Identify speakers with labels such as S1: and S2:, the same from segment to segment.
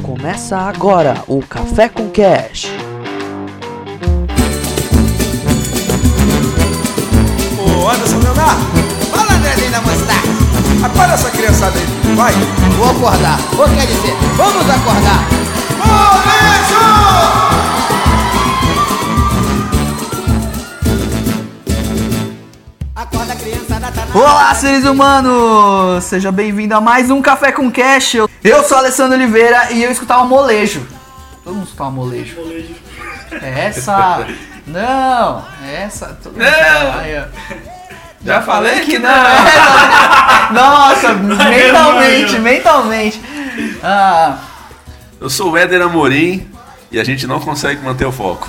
S1: Começa agora o Café com Cash.
S2: Ô Anderson Leonardo, fala Andrezinho da Mostarda. Acorda essa criançada aí, vai.
S3: Vou acordar, ou quer dizer, vamos acordar.
S2: Momento!
S3: Acorda, criançada, tá na
S4: Olá, seres humanos! Seja bem-vindo a mais um Café com Cash. Eu- Eu sou Alessandro Oliveira e eu escutava molejo. Todo mundo escutava molejo. Molejo. Essa. Não, é essa. Todo mundo escutava. Aí, ó.
S5: Já falei que não.
S4: Nossa, mentalmente,
S5: vergonha.
S4: mentalmente. Ah,
S5: Eu sou o Éder Amorim e a gente não consegue manter o foco.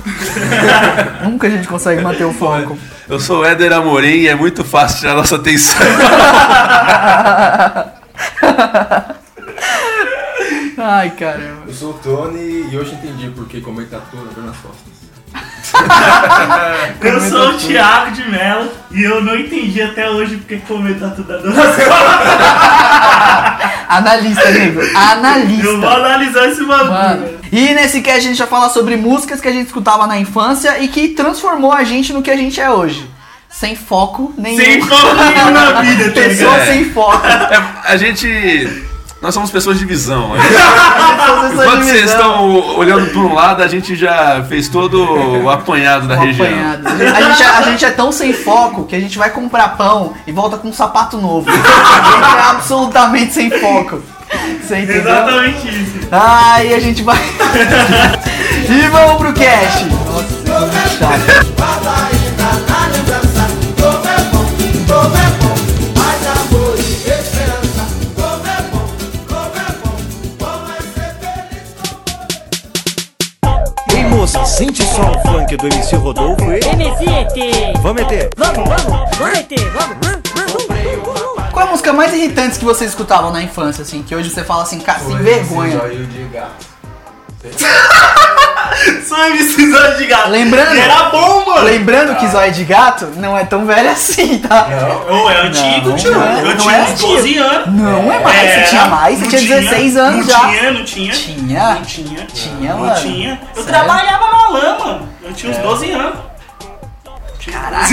S4: nunca a gente consegue manter o foco.
S5: Eu sou o Éder Amorim e é muito fácil tirar nossa atenção.
S4: Ai, caramba.
S6: Eu sou o Tony e hoje entendi por que comentar tudo abriu nas costas.
S7: Eu sou o Thiago de Mello e eu não entendi até hoje porque comentar tudo da nossa
S4: Analista, amigo. Analista.
S7: Eu vou analisar esse bagulho.
S4: Mano. E nesse cast a gente vai falar sobre músicas que a gente escutava na infância e que transformou a gente no que a gente é hoje. Sem foco nenhum.
S7: Sem foco nenhum na vida, tá
S4: Pessoa
S7: ligado?
S5: É.
S4: sem foco.
S5: É, a gente. Nós somos pessoas de visão. A gente-
S4: Pessoa sem
S5: Enquanto vocês
S4: divisão.
S5: estão olhando por um lado, a gente já fez todo o apanhado da região.
S4: Apanhados. A gente, é, a gente é tão sem foco que a gente vai comprar pão e volta com um sapato novo. A gente é absolutamente sem foco. Você entendeu?
S7: Exatamente isso.
S4: Ai, a gente vai. e vamos pro cast. Nossa, que chato.
S8: Ei moça, sente só o funk do MC Rodolfo e
S9: MCT!
S8: vamos meter.
S9: Vamos, vamos! Vamos meter, vamos! hã?
S4: Qual é a música mais irritante que vocês escutavam na infância, assim? Que hoje você fala assim, cara, sem vergonha.
S6: Zóio de gato.
S7: Sou MC Zóio de Gato.
S4: Lembrando-
S7: E Era bom, mano. Ah.
S4: Lembrando que zóio de gato não é tão velho assim, tá?
S7: Ô, é antigo, tio.
S4: não é,
S7: Eu
S4: não
S7: tinha
S4: é
S7: uns
S4: antigo.
S7: 12 anos.
S4: Não é mais, você tinha mais, você
S7: não
S4: tinha 16 anos
S7: não
S4: já.
S7: Tinha, não tinha,
S4: Tinha?
S7: não tinha.
S4: Tinha,
S7: não
S4: mano.
S7: tinha. Eu
S4: Sério? É.
S7: trabalhava na lã, mano. Eu tinha uns 12 anos. Caraca,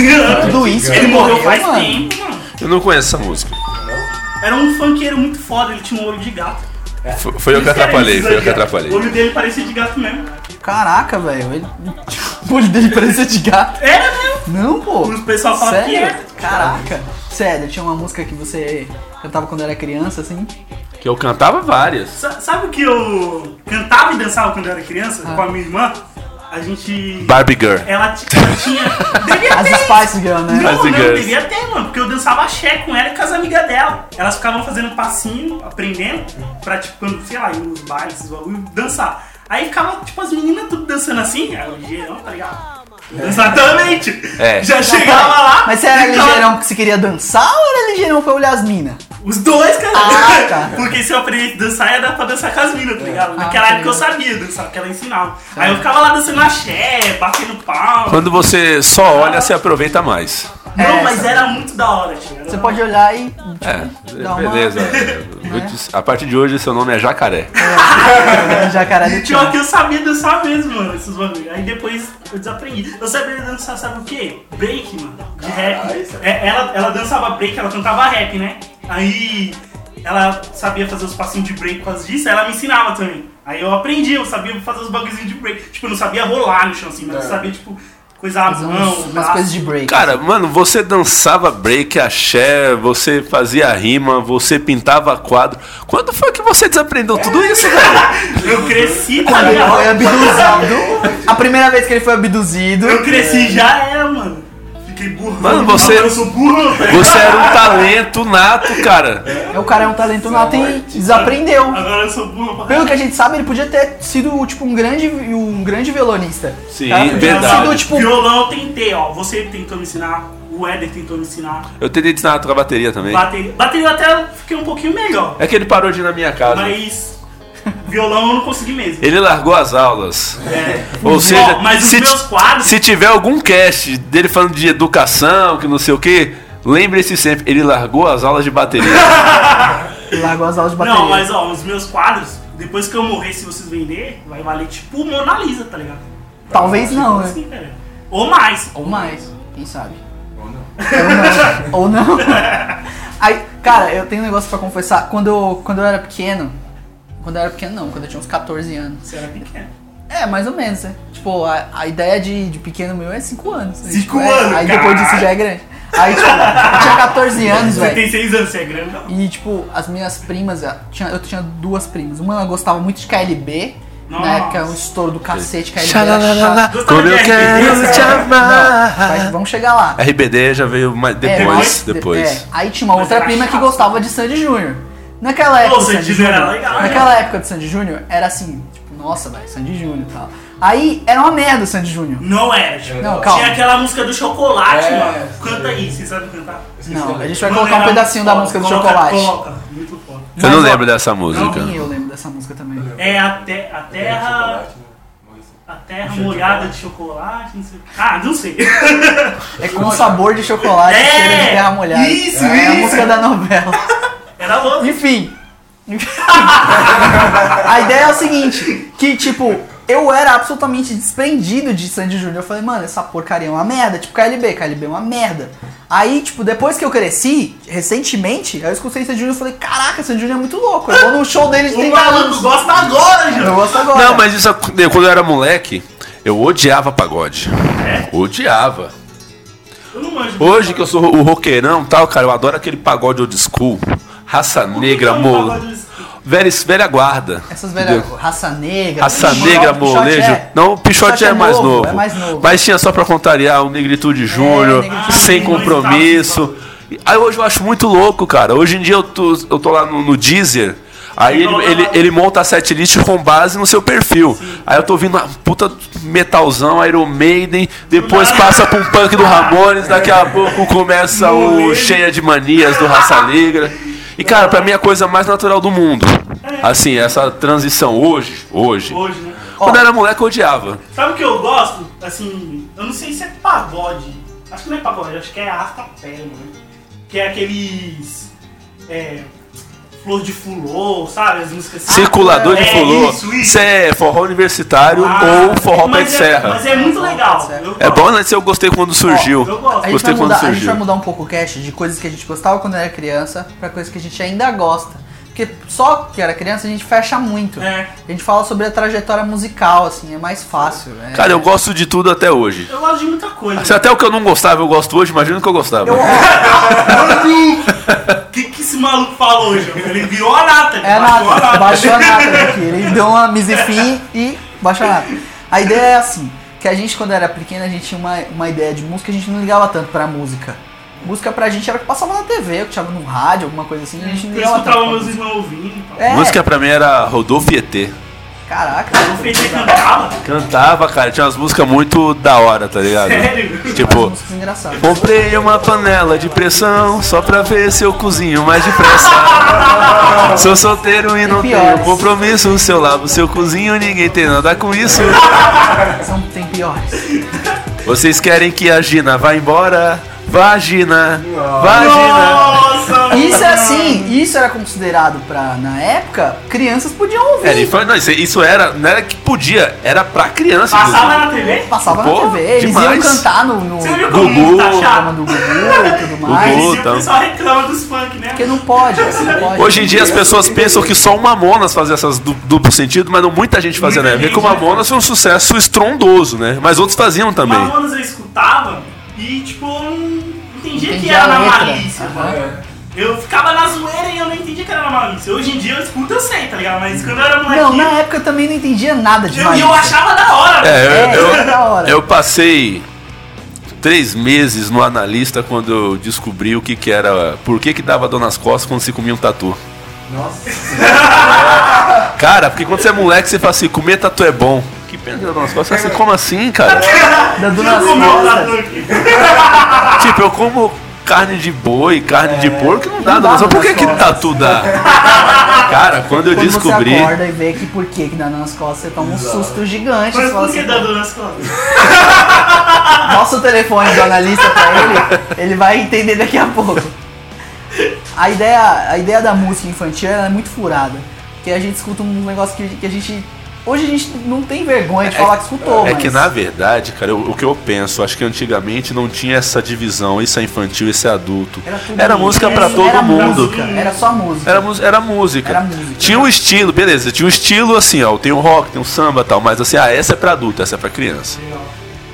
S4: Tudo isso
S7: Ele morreu faz
S4: mano.
S7: tempo, mano.
S5: Eu não conheço essa música.
S7: Era um funkeiro muito foda, ele tinha um olho de gato.
S5: Foi, foi eu que atrapalhei, foi eu que atrapalhei.
S7: O olho dele parecia de gato mesmo.
S4: Caraca, velho. Ele... O olho dele parecia de gato.
S7: Era mesmo.
S4: Não, pô.
S7: O pessoal fala que
S4: Sério?
S7: é.
S4: Caraca. Sério, tinha uma música que você cantava quando era criança, assim?
S5: Que eu cantava várias.
S7: Sa- Sabe o que eu cantava e dançava quando eu era criança?
S4: Ah.
S7: Com a minha irmã? A gente.
S5: Barbie Girl.
S7: Ela, ti- ela tinha. Devia
S4: As
S7: ter.
S4: Spice Girl, né?
S7: Não,
S5: Spice
S7: não,
S5: Girls.
S7: devia ter, mano. Porque eu dançava axé com ela e com as amigas dela. Elas ficavam fazendo passinho, aprendendo, pra, tipo, quando, sei lá, ir nos bailes, esses bagulho, dançar. Aí ficava, tipo, as meninas tudo dançando assim, era ligeirão, tá ligado? Exatamente!
S5: É.
S7: Já chegava lá.
S4: Mas você era
S7: ficava-
S4: ligeirão que se queria dançar ou era ligeirão pra olhar as minas?
S7: Os dois, cara.
S4: Ah, tá.
S7: Porque se eu aprendesse a dançar, ia dar pra dançar com as minas, tá ligado? Naquela
S4: tá
S7: época eu sabia dançar, porque ela ensinava. Aí eu ficava lá dançando axé, batendo pau.
S5: Quando você só olha, você aproveita mais.
S7: Não,
S4: É,
S7: mas
S4: essa-
S7: era muito da hora, tio. Era-
S4: Você pode olhar e.
S5: É,
S4: Dá uma-
S5: beleza. Vou te- A partir de hoje, seu nome é Jacaré.
S4: Jacaré do
S7: Pior
S4: tio.
S7: que eu sabia dançar mesmo, mano, esses bagulho. Aí depois eu desaprendi. Eu sabia dançar, sabe o quê? Break, mano. De rap. É, ela, ela dançava break, ela cantava rap, né? Aí ela sabia fazer os passinhos de break por causa disso, aí ela me ensinava também. Aí eu aprendi, eu sabia fazer os bagulhinhos de break. Tipo, eu não sabia rolar no chão assim, mas eu sabia, tipo, coisar a
S4: Fazer
S7: mão,
S4: uns-
S7: o
S4: umas
S7: braço.
S4: coisas de break.
S5: Cara, mano, você dançava break, axé, você fazia rima, você pintava quadro. Quando foi que você desaprendeu tudo isso, velho?
S7: Eu cresci, tá
S4: Quando ele foi
S7: ligado?
S4: abduzido. A primeira vez que ele foi abduzido.
S7: Eu cresci já era, mano. Fiquei burro.
S5: Mano, você-
S7: Eu sou burro, velho.
S5: Você era um talento nato, cara.
S4: O cara é um talento nato e desaprendeu.
S7: Agora eu sou burro pra
S4: Pelo que a gente sabe, ele podia ter sido tipo um grande, um grande violonista.
S5: Sim,
S4: Ele podia ter
S5: É verdade.
S4: sido, tipo,
S7: Violão eu tentei, ó. Você tentou me ensinar, o Éder tentou me ensinar.
S5: Eu tentei ensinar a tocar bateria também.
S7: Bateria, bateria eu até fiquei um pouquinho melhor,
S5: É que ele parou de ir na minha casa.
S7: mas violão eu não consegui mesmo.
S5: Ele largou as aulas. É,
S4: É,
S5: Ou
S7: Ó,
S5: seja,
S7: mas os
S5: se,
S7: meus quadros.
S5: se tiver algum cast dele falando de educação, que não sei o que, lembre-se sempre, ele largou as aulas de bateria.
S4: largou as aulas de bateria.
S7: Não, mas ó, os meus quadros depois que eu morrer, se vocês vender, vai valer tipo Mona Lisa, tá ligado?
S4: Talvez não, né?
S7: Assim, cara. Ou mais.
S4: Ou mais, quem sabe?
S6: Ou não.
S4: Ou não. Aí, cara, eu tenho um negócio pra confessar. Quando eu, quando eu era pequeno. Quando eu era pequeno, não, quando eu tinha uns 14 anos.
S7: Você era pequeno.
S4: É, mais ou menos, né? Tipo, a, a ideia de, de pequeno meu é 5 anos. né?
S7: Cinco
S4: Tipo, é,
S7: anos,
S4: Aí depois disso já é grande. Aí, tipo, eu tinha 14 anos,
S7: Você
S4: velho.
S7: tem seis anos, você é grande? Não.
S4: E, tipo, as minhas primas, eu tinha, eu tinha duas primas. Uma ela gostava muito de KLB.
S7: Nossa.
S4: Na época, um estouro do cacete, KLB era chato.
S5: Como eu quero te
S4: Não,
S5: amar.
S4: mas vamos chegar lá.
S5: RBD já veio mais
S4: É,
S5: depois.
S4: mas-
S5: depois.
S4: é, aí tinha uma
S7: Mas
S4: outra
S7: era
S4: prima que
S7: chato.
S4: gostava de Sandy Júnior. Naquela época.
S7: Pô,
S4: de
S7: Sandy Júnior era legal, né?
S4: Naquela época de Sandy Júnior era assim, tipo, nossa, velho, Sandy Júnior e tal. Aí era uma merda o Sandy Júnior.
S7: Não era, tipo,
S4: Não, calma.
S7: Tinha aquela música do chocolate,
S6: É.
S7: mano. Canta aí, vocês sabem cantar?
S4: Não, a gente vai
S7: Mano,
S4: colocar um
S7: era
S4: pedacinho da
S7: foda.
S4: música do
S7: Choca-
S4: chocolate.
S7: é Coloca, muito foda.
S5: Eu não
S4: Mas, ó,
S5: lembro dessa música.
S4: Não, nem eu lembro dessa música também.
S7: É a, te- a terra.
S6: Chocolate, né? Maurício.
S7: A terra molhada de chocolate, não sei. Ah, não sei.
S4: É com sabor de chocolate,
S7: É!
S4: cheiro de terra molhada.
S7: Isso,
S4: é a
S7: isso.
S4: música da novela.
S7: Era louco.
S4: Enfim. a ideia é o seguinte, que tipo, eu era absolutamente desprendido de Sandy Júnior. Eu falei, mano, essa porcaria é uma merda, tipo KLB, KLB é uma merda. Aí, tipo, depois que eu cresci, recentemente, aí eu escutei Sandy Júnior e falei, caraca, Sandy Júnior é muito louco, eu vou no show dele de
S7: O
S4: 30
S7: maluco
S4: anos.
S7: gosta agora, Jô.
S4: Eu gosto agora.
S5: Não, mas isso ac- eu- quando eu era moleque, eu odiava pagode. Odiava.
S7: Eu não manjo.
S5: Hoje que eu sou o roqueirão e tal, cara, eu adoro aquele pagode old school. Raça negra,
S7: então
S5: mole. Velha, velha guarda.
S4: Essas
S5: entendeu?
S4: velhas, raça negra,
S5: Raça
S4: pichote,
S5: negra,
S4: pichote
S5: molejo.
S4: é-
S5: Não, o Pichote
S4: Pichote
S5: é,
S4: é
S5: mais
S4: novo,
S5: novo.
S4: é mais novo. É,
S5: Mas tinha só pra contrariar o Negritude Júnior,
S4: Negritude
S5: sem
S7: Júnior.
S5: compromisso. E- Aí hoje eu acho muito louco, cara. Hoje em dia eu tô, eu tô lá no, no Deezer. Aí ele, ele, ele monta a setlist com base no seu perfil. Aí eu tô ouvindo uma puta metalzão, Iron Maiden, depois
S7: nada.
S5: passa pra um punk do Ramones, daqui a pouco começa o Cheia de Manias do Raça Negra. E cara, pra mim é a coisa mais natural do mundo. Assim, essa transição hoje, hoje,
S7: Hoje, né?
S5: quando eu era moleque, eu odiava.
S7: Sabe o que eu gosto? Assim, eu não sei se é pagode. Acho que não é pagode, acho que é artapé, mano. Que é aqueles. É. Flor de Fulô, sabe? As músicas assim.
S5: Circulador de
S7: é
S5: fulô.
S7: isso, isso.
S5: Você é forró universitário
S7: Ah,
S5: ou forró pé
S7: mas
S5: de
S7: é-
S5: serra.
S7: Mas é muito legal. eu
S5: É
S7: gosto.
S5: bom, né? Se eu gostei quando surgiu.
S7: eu gosto.
S4: A gente, vai
S5: Gostei quando
S4: mudar, a gente vai
S5: surgiu.
S4: mudar um pouco o cast de coisas que a gente gostava quando era criança pra coisas que a gente ainda gosta. Porque só que era criança a gente fecha muito.
S7: É.
S4: A gente fala sobre a trajetória musical, assim, é mais fácil. né?
S5: Cara, eu gosto de tudo até hoje.
S7: Eu gosto de muita coisa.
S5: Se até o que eu não gostava eu gosto hoje, imagina o que eu gostava.
S7: O que, que esse maluco falou hoje? Ele virou a nata. ele
S4: É a
S7: baixou
S4: nata, baixou a nata aqui. Ele deu uma misefim e baixou a nata. A ideia é assim, que a gente quando era pequena a gente tinha uma, uma ideia de música, a gente não ligava tanto pra música. Música pra gente era o que passava na TV, o que tinha no rádio, alguma coisa assim, a gente não
S7: Eu
S4: ligava tanto.
S7: escutava
S4: pra
S7: meus
S4: música.
S7: irmãos ouvindo. e tal.
S4: É,
S5: Música pra mim era Rodolfo Tietê.
S4: caraca.
S7: Eu fechei cantava.
S5: Cantava, cara, tinha umas músicas muito da hora, tá ligado?
S7: Sério?
S4: Umas
S5: Tipo,
S4: músicas engraçadas.
S5: comprei uma panela de pressão só pra ver se eu cozinho mais depressa. Sou solteiro e não tenho
S4: piores.
S5: compromisso. Seu lavo, seu cozinho, ninguém tem nada com isso.
S4: São, tem piores.
S5: Vocês querem que a Gina vá embora? Vá, Gina! Vá, Gina!
S7: Nossa!
S4: Isso é assim, isso era considerado pra, na época, crianças podiam ouvir.
S5: Era, infa- É, não, isso, isso era, não era que podia, era pra criança.
S7: Passava
S5: inclusive.
S7: na TV?
S4: Passava
S5: Pô,
S4: na TV, eles
S5: demais.
S4: iam cantar no, no
S7: Você não
S4: programa
S7: viu como o mundo tá
S5: Gugu.
S7: chato?
S4: do Gugu e tudo mais.
S5: Gugu.
S7: Esse dia
S5: Então.
S7: o pessoal reclama dos funk, né?
S4: Porque não pode, assim, não pode.
S5: Hoje em dia as pessoas pensam que só o Mamonas fazia essas du- duplo sentido, mas não muita gente fazia,
S7: Muita
S5: né? Porque o
S7: gente, né?
S5: Mamonas foi um sucesso estrondoso, né? Mas outros faziam também.
S7: Mamonas eu escutava e, tipo, eu não entendia que
S4: Entendi
S7: era
S4: a
S7: na
S4: letra.
S7: malícia, mano. Eu ficava na zoeira e eu não entendia que era na malícia. Hoje em dia eu escuto, eu sei, tá ligado? Mas quando eu era
S4: Não, na
S7: molequinho,
S4: época eu também não é entendia nada de
S7: eu, eu
S4: Maísa.
S7: achava da hora.
S5: É, eu,
S4: É,
S5: eu-
S4: isso é da hora.
S5: eu passei três meses no analista quando eu descobri o que, que era. Por que, que dava dor nas costas quando se comia um tatu.
S6: Nossa,
S5: Cara, porque quando você é moleque, você fala assim, comer tatu é bom. Que pena que dá dor nas costas. Você fala assim, como assim, cara?
S4: Da Dona
S7: Eu comia um
S4: Rosa.
S7: tatu aqui.
S5: tipo, eu como carne de boi, carne de porco, não dá
S4: É, Não
S5: dor nas
S4: dá
S5: costas. Por que
S4: dor
S5: que
S4: nas
S5: tatu dá? cara, quando eu
S4: Quando
S5: descobri...
S4: você acorda e vê que por que que dá nas costas, você toma um susto gigante.
S7: Mas
S4: você fala
S7: por que
S4: assim,
S7: dá dor nas costas?
S4: Mostra o telefone do analista pra ele, ele vai entender daqui a pouco. A ideia, a ideia da música infantil ela é muito furada. que a gente escuta um negócio que, que a gente. Hoje a gente não tem vergonha de falar que escutou,
S5: É
S4: mas
S5: que na verdade, cara, eu- o que eu penso, acho que antigamente não tinha essa divisão, isso é infantil, isso é adulto.
S4: Era tudo
S5: Era
S4: isso.
S5: música é pra
S4: Era-
S5: todo
S4: era
S5: mundo.
S4: música, era só música.
S5: Era, mu- era música.
S4: Era música.
S5: Tinha um estilo, beleza, tinha um estilo assim, ó, tem um rock, tem um samba e tal, mas assim, ah, essa é pra adulto, essa é pra criança.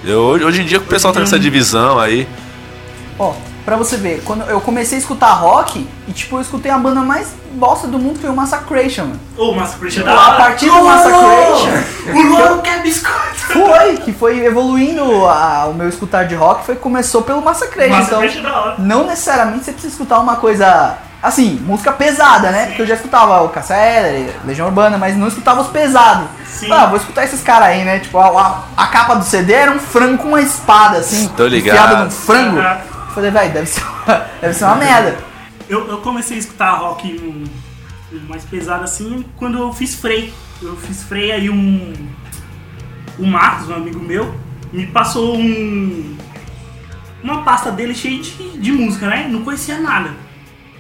S5: Eu- hoje, hoje em dia que o pessoal tá nessa divisão aí.
S4: Ó, pra você ver, quando eu comecei a escutar rock, e tipo, eu escutei a banda mais bosta do mundo, que foi o Massacration, mano.
S7: Ô, Massacration é da
S4: Tipo, A
S7: hora.
S4: partir do
S7: Ô,
S4: Massacration.
S7: O Loro quer biscoito.
S4: Foi, que foi evoluindo a- o meu escutar de rock, foi começou pelo Massacration. Então,
S7: Massacration é da hora.
S4: não necessariamente você precisa escutar uma coisa assim, música pesada, né? Porque eu já escutava o Cássia Eller, Legião Urbana, mas não escutava os pesados.
S7: Sim.
S4: Ah, vou escutar esses caras aí, né? Tipo, a, a, a capa do CD era um frango com uma espada, assim,
S5: Tô ligado.
S4: enfiada num frango.
S7: Aham.
S4: Eu Falei, velho, deve ser, uma- deve ser uma merda.
S7: Eu, eu comecei a escutar rock um, um mais pesado assim quando eu fiz freio. Eu fiz freio aí um. O Marcos, um amigo meu, me passou um. Uma pasta dele cheia de, de música, né? Não conhecia nada.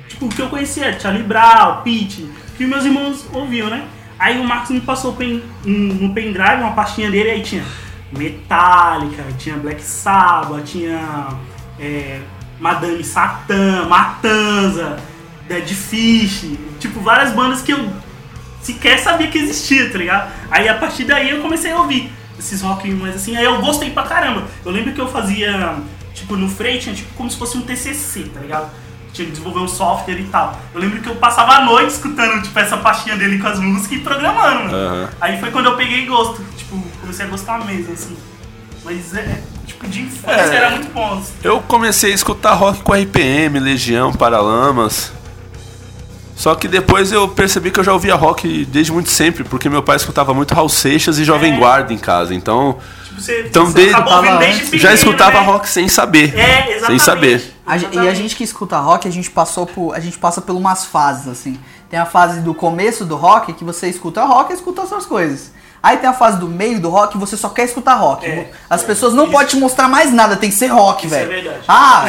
S7: Tipo, o que eu conhecia, Charlie Brown, Pete, que meus irmãos ouviam, né? Aí o Marcos me passou pen, um, um pendrive, uma pastinha dele, aí tinha Metallica, tinha Black Sabbath, tinha é, Madame Satã, Matanza, Dead Fish, tipo, várias bandas que eu sequer sabia que existia, tá ligado? Aí a partir daí eu comecei a ouvir esses rock mais assim, aí eu gostei pra caramba. Eu lembro que eu fazia, tipo, no Frei tinha tipo como se fosse um TCC, tá ligado? Tinha que desenvolver um software e tal. Eu lembro que eu passava a noite escutando, tipo, essa pastinha dele com as músicas e programando. mano.
S5: Aham.
S7: Aí foi quando eu peguei gosto, tipo, comecei a gostar mesmo, assim. Mas é, tipo, de infância
S5: É.
S7: era muito bom. assim.
S5: Eu comecei a escutar rock com RPM, Legião, Paralamas. Só que depois eu percebi que eu já ouvia rock desde muito sempre, porque meu pai escutava muito Raul Seixas e Jovem
S7: É.
S5: Guarda em casa. Então,
S7: Tipo, você,
S5: então
S7: você
S5: desde,
S7: acabou ouvindo desde
S5: já
S7: pequeno,
S5: escutava
S7: né?
S5: rock sem saber.
S7: É, exatamente.
S5: Sem saber.
S4: A ge- e a gente que escuta rock, a gente passou por. A gente passa por umas fases, assim. Tem a fase do começo do rock, que você escuta rock e escuta outras coisas. Aí tem a fase do meio do rock, você só quer escutar rock.
S7: É.
S4: As pessoas não podem te mostrar mais nada, tem que ser rock,
S7: Isso é
S4: velho.
S7: verdade.
S4: Ah,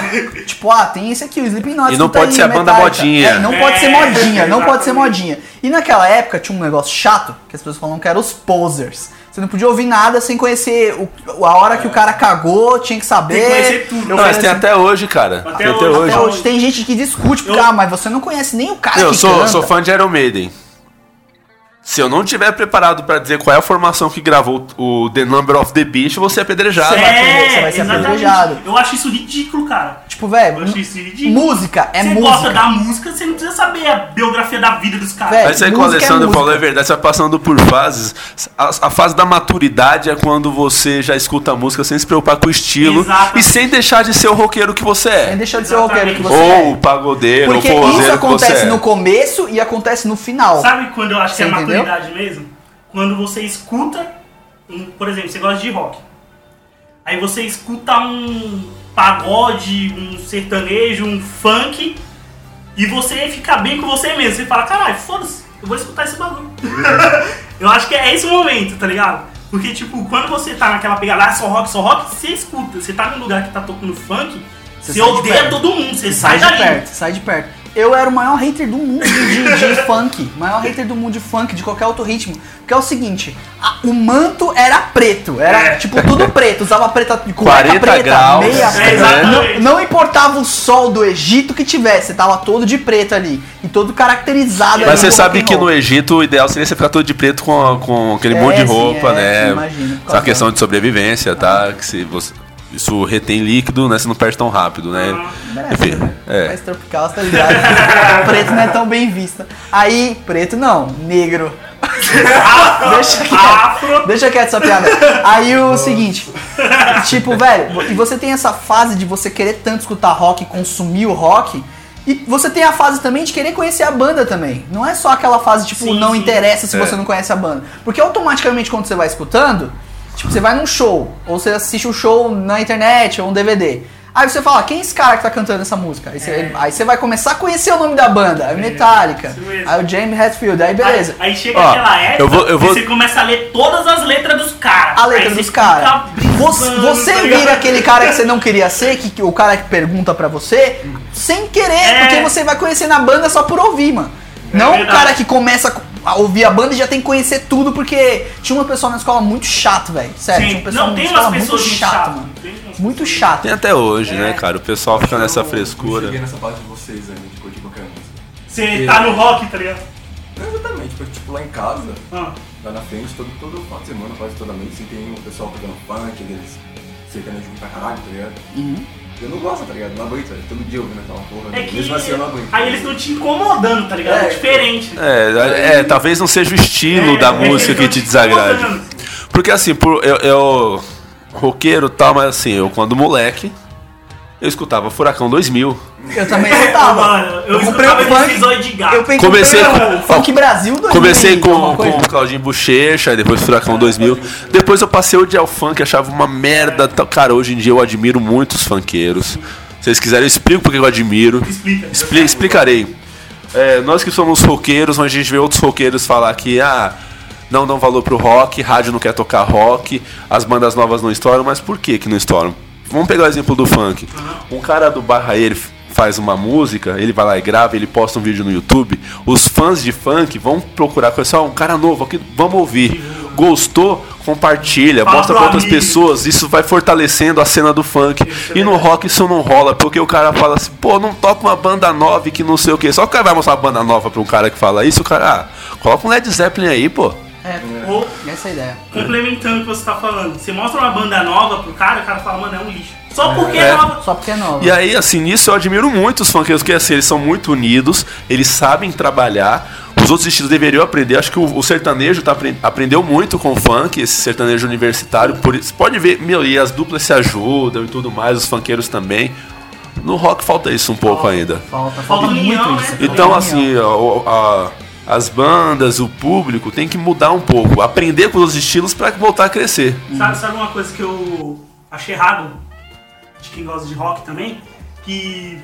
S4: tipo, ah, tem esse aqui, o Slipknot.
S5: E não
S4: escuta
S5: pode
S4: tá aí,
S5: ser a banda
S4: Metallica.
S5: modinha.
S4: É, não pode ser
S7: É,
S4: modinha, não pode ser
S7: exatamente.
S4: modinha. E naquela época tinha um negócio chato, que as pessoas falavam que era os posers. Você não podia ouvir nada sem conhecer o- a hora que o cara cagou, tinha que saber.
S7: É. Tem que conhecer tudo. né?
S4: Eu
S5: Não,
S4: falei
S5: mas tem
S4: assim,
S5: até hoje, cara.
S7: Até
S5: Tem até
S7: hoje,
S5: hoje.
S4: até hoje tem gente que discute, porque,
S7: Eu-
S4: ah, mas você não conhece nem o cara
S5: Eu
S4: que
S5: sou,
S4: canta.
S5: sou fã de Iron Maiden. Se eu não tiver preparado pra dizer qual é a formação que gravou o The Number of the Beast, eu vou ser apedrejado.
S4: aprender, você
S7: É,
S4: vai ser apedrejado.
S7: exatamente. Eu acho isso ridículo, cara.
S4: Tipo, velho,
S7: Eu acho isso ridículo.
S4: música é
S7: você
S4: música.
S7: gosta da música, você não precisa saber a biografia da vida dos caras.
S4: Velho.
S5: Mas isso aí que o
S4: música é
S5: Alessandro
S4: música.
S5: falou é verdade, você vai passando por fases. A, a fase da maturidade é quando você já escuta a música sem se preocupar com o estilo
S7: Exatamente.
S5: e sem deixar de ser o roqueiro que você
S4: Sem
S5: é.
S4: deixar de ser o roqueiro que você
S5: Ou o
S4: é.
S5: pagodeiro,
S4: Porque
S5: ou o
S4: isso
S5: forrozeiro que você
S4: acontece
S5: é.
S4: no começo e acontece no final.
S7: Sabe quando eu acho que é
S4: Você entendeu?
S7: maturidade mesmo? Quando você escuta, um- por exemplo, você gosta de rock. Aí você escuta um pagode, um sertanejo, um funk, e você fica bem com você mesmo. Você fala, caralho, foda-se, eu vou escutar esse bagulho.
S4: Uhum.
S7: eu acho que é esse o momento, tá ligado? Porque, tipo, quando você tá naquela pegada, ah, só rock, só rock, você escuta. Você tá num lugar que tá tocando funk,
S4: Você
S7: você,
S4: sai de
S7: odeia
S4: perto.
S7: todo mundo, você
S4: Sai
S7: sai,
S4: de
S7: dali.
S4: perto, sai de perto. Eu era o maior hater do mundo de, de funk. Maior hater do mundo de funk, de qualquer outro ritmo. Porque é o seguinte, a- o manto era preto. Era,
S7: É.
S4: tipo, tudo preto. Usava preta, cueca
S5: 40
S4: preta,
S5: graus.
S4: meia
S5: É,
S4: preta.
S7: exatamente.
S4: não, não importava o sol do Egito que tivesse. Tava todo de preto ali. E todo caracterizado. ali
S5: Mas você
S4: no
S5: sabe que
S4: rock'n'roll.
S5: no Egito o ideal seria você ficar todo de preto com, a- com aquele
S4: É,
S5: monte de
S4: sim,
S5: roupa,
S4: é,
S5: né?
S4: sim, imagino, por
S5: Só uma
S4: causa-
S5: questão de sobrevivência, tá? Que se você- Isso retém líquido, né? Você não perde tão rápido, né? Enfim, é.
S4: Mas tropical, você tá ligado? preto não é tão bem visto. Aí, preto não, negro. Deixa quieto,
S7: Afro.
S4: deixa quieto essa piada. Aí o seguinte, tipo, velho, e você tem essa fase de você querer tanto escutar rock, consumir o rock, e você tem a fase também de querer conhecer a banda também. Não é só aquela fase, tipo,
S7: Sim,
S4: não
S7: sim.
S4: interessa se
S5: É.
S4: você não conhece a banda. Porque automaticamente quando você vai escutando, tipo, você vai num show, ou você assiste um show na internet, ou um DVD. Aí você fala, quem é esse cara que tá cantando essa música? Aí você, aí você vai começar a conhecer o nome da banda, aí Metallica,
S7: É. isso mesmo.
S4: aí o James Hetfield, aí beleza.
S7: Aí, aí chega
S5: Ó,
S7: aquela época
S5: eu vou- eu vou-
S7: e você começa a ler todas as letras dos caras.
S4: A letra
S7: Aí você
S4: dos caras.
S7: fica
S4: Você,
S7: brisando,
S4: você
S7: tá ligado?
S4: vira aquele cara que você não queria ser, que, que o cara que pergunta pra você, sem querer,
S7: É.
S4: porque você vai conhecer na banda só por ouvir, mano. não o
S7: verdade.
S4: cara que começa co- a ouvir a banda e já tem que conhecer tudo, porque tinha uma pessoa na escola muito chato, velho. Sério,
S7: Sim.
S4: tinha um pessoal
S7: Não, tem
S4: na escola
S7: umas
S4: muito
S7: pessoas muito
S4: chato,
S7: chato.
S4: mano.
S7: Tem umas
S4: Muito chato.
S5: Tem até hoje, né, cara? O pessoal fica nessa frescura.
S6: cheguei nessa parte de vocês ali, de curtir qualquer música.
S7: Você tá no rock, tá ligado?
S6: Não exatamente, porque tipo lá em casa,
S7: Ah,
S6: lá na frente, todo, todo final de semana, quase toda noite, assim, tem o pessoal pegando funk, eles sertanejo pra caralho, tá ligado?
S4: Uhum.
S6: Eu não gosto, tá ligado? Não aguento, velho. Todo dia ouvindo aquela porra.
S7: é que.
S6: Mesmo assim eu não aguento.
S7: Aí eles estão te incomodando, tá ligado? É
S6: É.
S7: diferente.
S5: É, é, talvez não seja o estilo
S7: É,
S5: da
S7: é que
S5: música
S7: eles
S5: que
S7: não
S5: te
S7: te
S5: desagrade.
S7: incomodando.
S5: Porque assim, por, eu, eu roqueiro e tal, mas assim, eu quando moleque, eu escutava Furacão 2000.
S4: Eu também
S7: Ah,
S4: escutava.
S7: mano, eu escutava episódio de gato.
S4: Eu pe-
S5: Comecei
S4: comprei
S5: com-
S4: o Funk Brasil 2000.
S5: Comecei com,
S4: alguma
S5: com
S4: coisa.
S5: o Claudinho Bochecha, aí depois Furacão 2000. Depois eu passei o de funk, achava uma merda. tal. Cara, hoje em dia eu admiro muito os funkeiros. Se vocês quiserem, eu explico porque eu admiro.
S7: Explica.
S5: Expli- explicarei. É, nós que somos roqueiros, mas a gente vê outros roqueiros falar que ah, não dão valor pro rock, rádio não quer tocar rock, as bandas novas não estouram, mas por que que não estouram? Vamos pegar o exemplo do funk. Um cara do Barra ele f- faz uma música, ele vai lá e grava, ele posta um vídeo no YouTube. Os fãs de funk vão procurar, pessoal, um cara novo aqui, vamos ouvir. Gostou? Compartilha,
S7: Fala
S5: mostra
S7: pro
S5: pra outras
S7: amigo.
S5: pessoas pessoas, isso vai fortalecendo a cena do funk. E no rock isso não rola, porque o cara fala assim, pô, não toca uma banda nova e que não sei o que. Só que o cara vai mostrar uma banda nova pra um cara que fala isso, o cara, ah, coloca um Led Zeppelin aí, pô.
S7: Ou,
S4: Essa é a ideia.
S7: complementando o que você tá falando, você mostra uma banda nova pro cara, o cara fala, mano, é um lixo. Só porque é,
S5: É.
S7: nova.
S4: Só porque é nova.
S5: E aí, assim, nisso eu admiro muito os funkeiros, porque assim, eles são muito unidos, eles sabem trabalhar. Os outros estilos deveriam aprender. Acho que o, o sertanejo tá apren- aprendeu muito com o funk, esse sertanejo universitário. Por isso, pode ver, meu, e as duplas se ajudam e tudo mais, os funkeiros também. No rock falta isso um pouco ainda.
S4: Falta,
S7: Falta
S4: falta muito
S7: união,
S4: isso.
S7: né?
S4: falta
S5: Então,
S4: união.
S5: assim, ó, a- as bandas, o público tem que mudar um pouco, aprender com os estilos pra voltar a crescer.
S7: Sabe, sabe uma coisa que eu achei errado de quem gosta de rock também? Que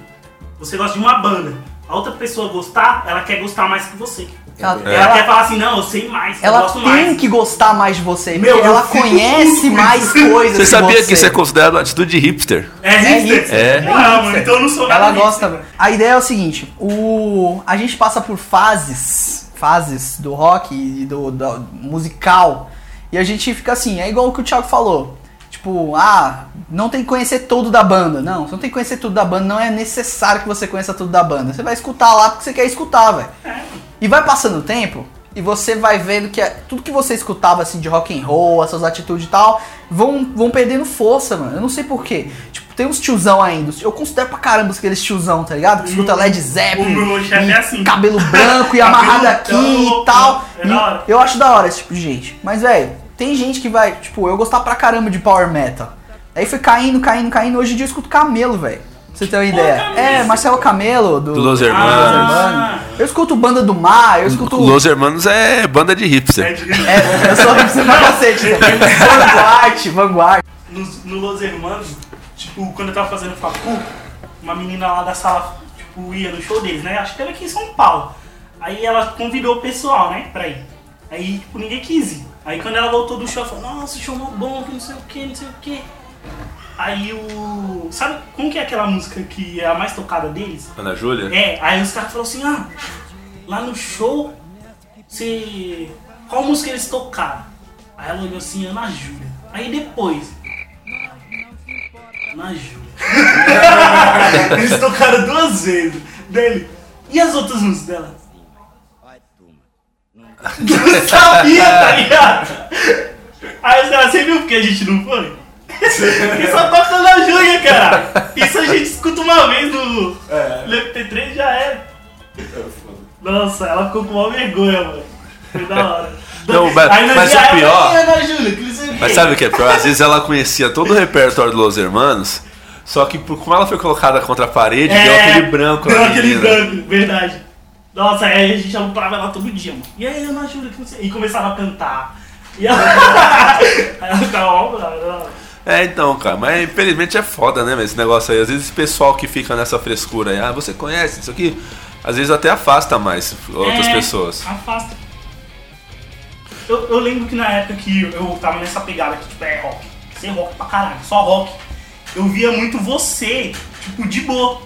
S7: você gosta de uma banda. A outra pessoa gostar, ela quer gostar mais que você.
S4: Ela,
S7: Ela
S4: ela,
S7: quer falar assim, não, eu sei mais, eu
S4: ela
S7: gosto
S4: tem
S7: mais.
S4: que gostar mais de você.
S7: Meu,
S4: porque ela
S7: eu fico
S4: conhece mais coisas.
S5: Você sabia
S4: você.
S5: que isso é considerado uma atitude hipster?
S7: É hipster?
S5: É.
S7: Ah, mano, então eu não sou nada
S4: Ela
S7: hipster.
S4: gosta. A ideia é o seguinte: o a gente passa por fases, fases do rock e do, da- musical, e a gente fica assim. É igual o que o Thiago falou. Tipo, ah, não tem que conhecer tudo da banda. Não, você não tem que conhecer tudo da banda. Não é necessário que você conheça tudo da banda. Você vai escutar lá porque você quer escutar, velho. E vai passando o tempo e você vai vendo que é- tudo que você escutava assim de rock and roll, essas atitudes e tal, vão, vão perdendo força, mano. Eu não sei porquê. Tipo, tem uns tiozão ainda. Eu considero pra caramba aqueles tiozão, tá ligado? Que escuta Led Zeppelin,
S7: Hum. o meu chefe
S4: e
S7: é assim.
S4: cabelo branco e amarrado aqui
S7: Cabeludão,
S4: e tal.
S7: é da hora.
S4: E eu acho da hora esse tipo de gente. Mas, velho, tem gente que vai, tipo, eu gostar pra caramba de power metal. Aí foi caindo, caindo, caindo. Hoje em dia eu escuto Camelo, velho. Pra você ter uma ideia.
S7: Camelo.
S4: É, Marcelo Camelo, do...
S5: Do Los Hermanos.
S7: Ah.
S4: Eu escuto Banda do Mar, eu escuto.
S5: Los Hermanos é banda de
S7: É
S5: hipster.
S7: de-
S4: É, eu sou hipster pra cacete. né? Vanguard, Vanguard.
S7: Nos- no Los Hermanos, tipo, quando eu tava fazendo facu, uma menina lá da sala, tipo, ia no show deles, né? Acho que era aqui em São Paulo. Aí ela convidou o pessoal, né, pra ir. Aí, tipo, ninguém quis ir. Aí quando ela voltou do show, ela falou, nossa, o show mó bom, que não sei o que, não sei o que. Aí o... Sabe como que é aquela música que é a mais tocada deles?
S5: Ana Júlia?
S7: É, aí os caras falaram assim, ah, lá no show, você. Qual música eles tocaram? Aí ela olhou assim, Ana Júlia. Aí depois. Ana Júlia. eles tocaram duas vezes. Dele. E as outras músicas dela? Não sabia, tá ligado? Aí os caras, você viu porque a gente não foi? Porque só toca Ana Júlia, cara. Isso a gente escuta uma vez no. Lep 3 já era. Nossa, ela ficou com maior vergonha, mano. Foi da hora.
S5: Não, mas-
S7: Aí no
S5: mas
S7: dia
S5: o
S7: ela,
S5: pior-
S7: "Ei, Ana Júlia, que não sei o quê."
S5: Mas sabe o que é pior? Às vezes ela conhecia todo o repertório do Los Hermanos, só que por- como ela foi colocada contra a parede,
S7: É,
S5: deu aquele branco
S7: Deu
S5: na
S7: aquele
S5: menina.
S7: branco, verdade. Nossa, aí a gente alugava ela todo dia, mano. E aí, Ana Júlia, que não sei. E começava a cantar. E ela. aí ela ficava, ó, mano.
S5: É, então, cara, mas infelizmente é foda, né, velho, esse negócio aí. Às vezes esse pessoal que fica nessa frescura aí, ah, você conhece isso aqui? Às vezes até afasta mais outras
S7: É,
S5: pessoas.
S7: Afasta. Eu, eu lembro que na época que eu tava nessa pegada que, tipo, é rock. Sem rock pra caralho, só rock. Eu via muito você, tipo, de boa.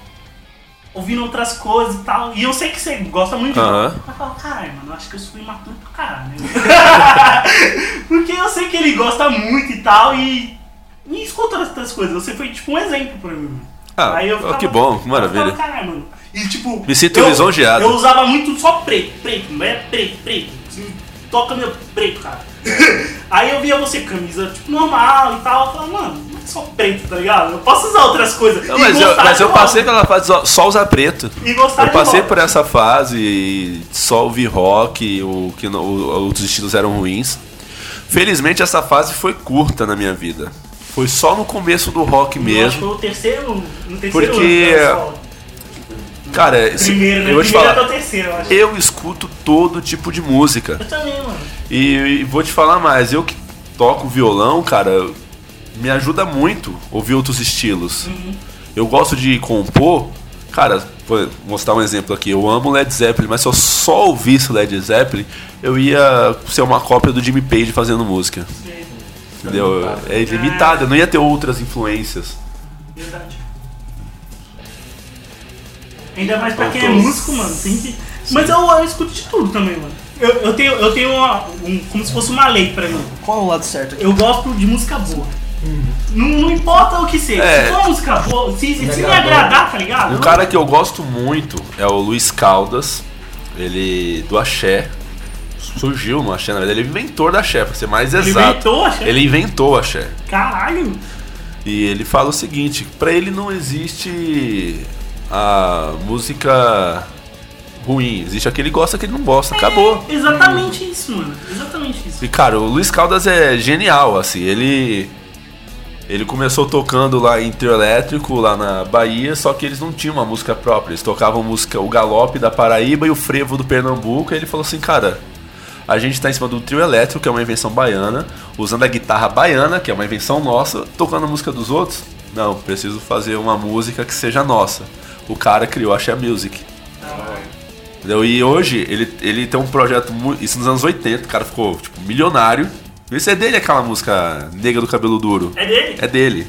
S7: ouvindo outras coisas e tal. E eu sei que você gosta muito de
S5: Aham.
S7: rock. Mas eu falo, caralho, mano, eu acho que eu sou imaturo pra caralho. né?" Porque eu sei que ele gosta muito e tal e. E escuta outras coisas. Você foi tipo um exemplo pra mim.
S5: Ah, oh, que bom, que maravilha.
S7: eu ficava, caralho, mano. E tipo.
S5: Me sinto
S7: eu,
S5: lisonjeado.
S7: Eu usava muito só preto, preto, não é preto, preto. Assim, Toca meu preto, cara. Aí eu via você camisa, tipo, normal e tal. Eu falava, mano, não é só preto, tá ligado? Eu posso usar outras coisas.
S5: Não,
S7: E
S5: mas, eu,
S7: gostar
S5: mas
S7: de
S5: eu
S7: rock.
S5: passei pela fase só- só usar preto.
S7: E gostar
S5: Eu
S7: de
S5: passei
S7: rock.
S5: por essa fase e só ouvir rock, o que não- o- outros estilos eram ruins. Felizmente essa fase foi curta na minha vida. Foi só no começo do rock
S7: Eu acho que
S5: mesmo.
S7: foi o terceiro, no terceiro
S5: Porque-
S7: ano da escola.
S5: Cara, esse-
S7: Primeiro, né?
S5: eu vou te
S7: Primeiro até
S5: falar.
S7: o terceiro, eu acho.
S5: Eu escuto todo tipo de música.
S7: Eu também, mano.
S5: E, e vou te falar mais, eu que toco violão, cara, me ajuda muito ouvir outros estilos. Eu gosto de compor, cara, vou mostrar um exemplo aqui. Eu amo Led Zeppelin, mas se eu só ouvisse Led Zeppelin, eu ia ser uma cópia do Jimmy Page fazendo música. Entendeu? É limitado, eu não ia ter outras influências.
S7: Verdade. Ainda mais pra quem é músico, mano. Tem que... Mas eu, eu escuto de tudo também, mano. Eu, eu tenho, eu tenho uma, um, como se fosse uma lei pra mim.
S4: Qual é o lado certo aqui?
S7: Eu gosto de música boa. Não, não importa o que seja.
S5: É.
S7: Se for uma música boa, se, se, se me
S6: agradar.
S7: agradar, tá ligado?
S5: Um cara que eu gosto muito é o Luiz Caldas, ele do axé. Surgiu no axé, na verdade, ele é inventor da axé, pra ser mais
S7: Ele
S5: exato.
S7: inventou o axé?
S5: Ele inventou o axé.
S7: Caralho.
S5: E ele fala o seguinte, pra ele não existe a música ruim, existe a que ele gosta, a que ele não gosta, acabou.
S7: É exatamente isso, mano. Exatamente isso.
S5: E cara, o Luiz Caldas é genial, assim, ele ele começou tocando lá em trio elétrico, lá na Bahia, só que eles não tinham uma música própria, eles tocavam música o galope da Paraíba e o frevo do Pernambuco, e ele falou assim, cara, a gente tá em cima do trio elétrico, que é uma invenção baiana, usando a guitarra baiana, que é uma invenção nossa, tocando a música dos outros? Não, preciso fazer uma música que seja nossa. O cara criou a Share Music. Entendeu? E hoje ele, ele tem um projeto, mu- isso nos anos 80, o cara ficou tipo, milionário. Isso é dele aquela música Negra do Cabelo Duro.
S7: É dele?
S5: É dele.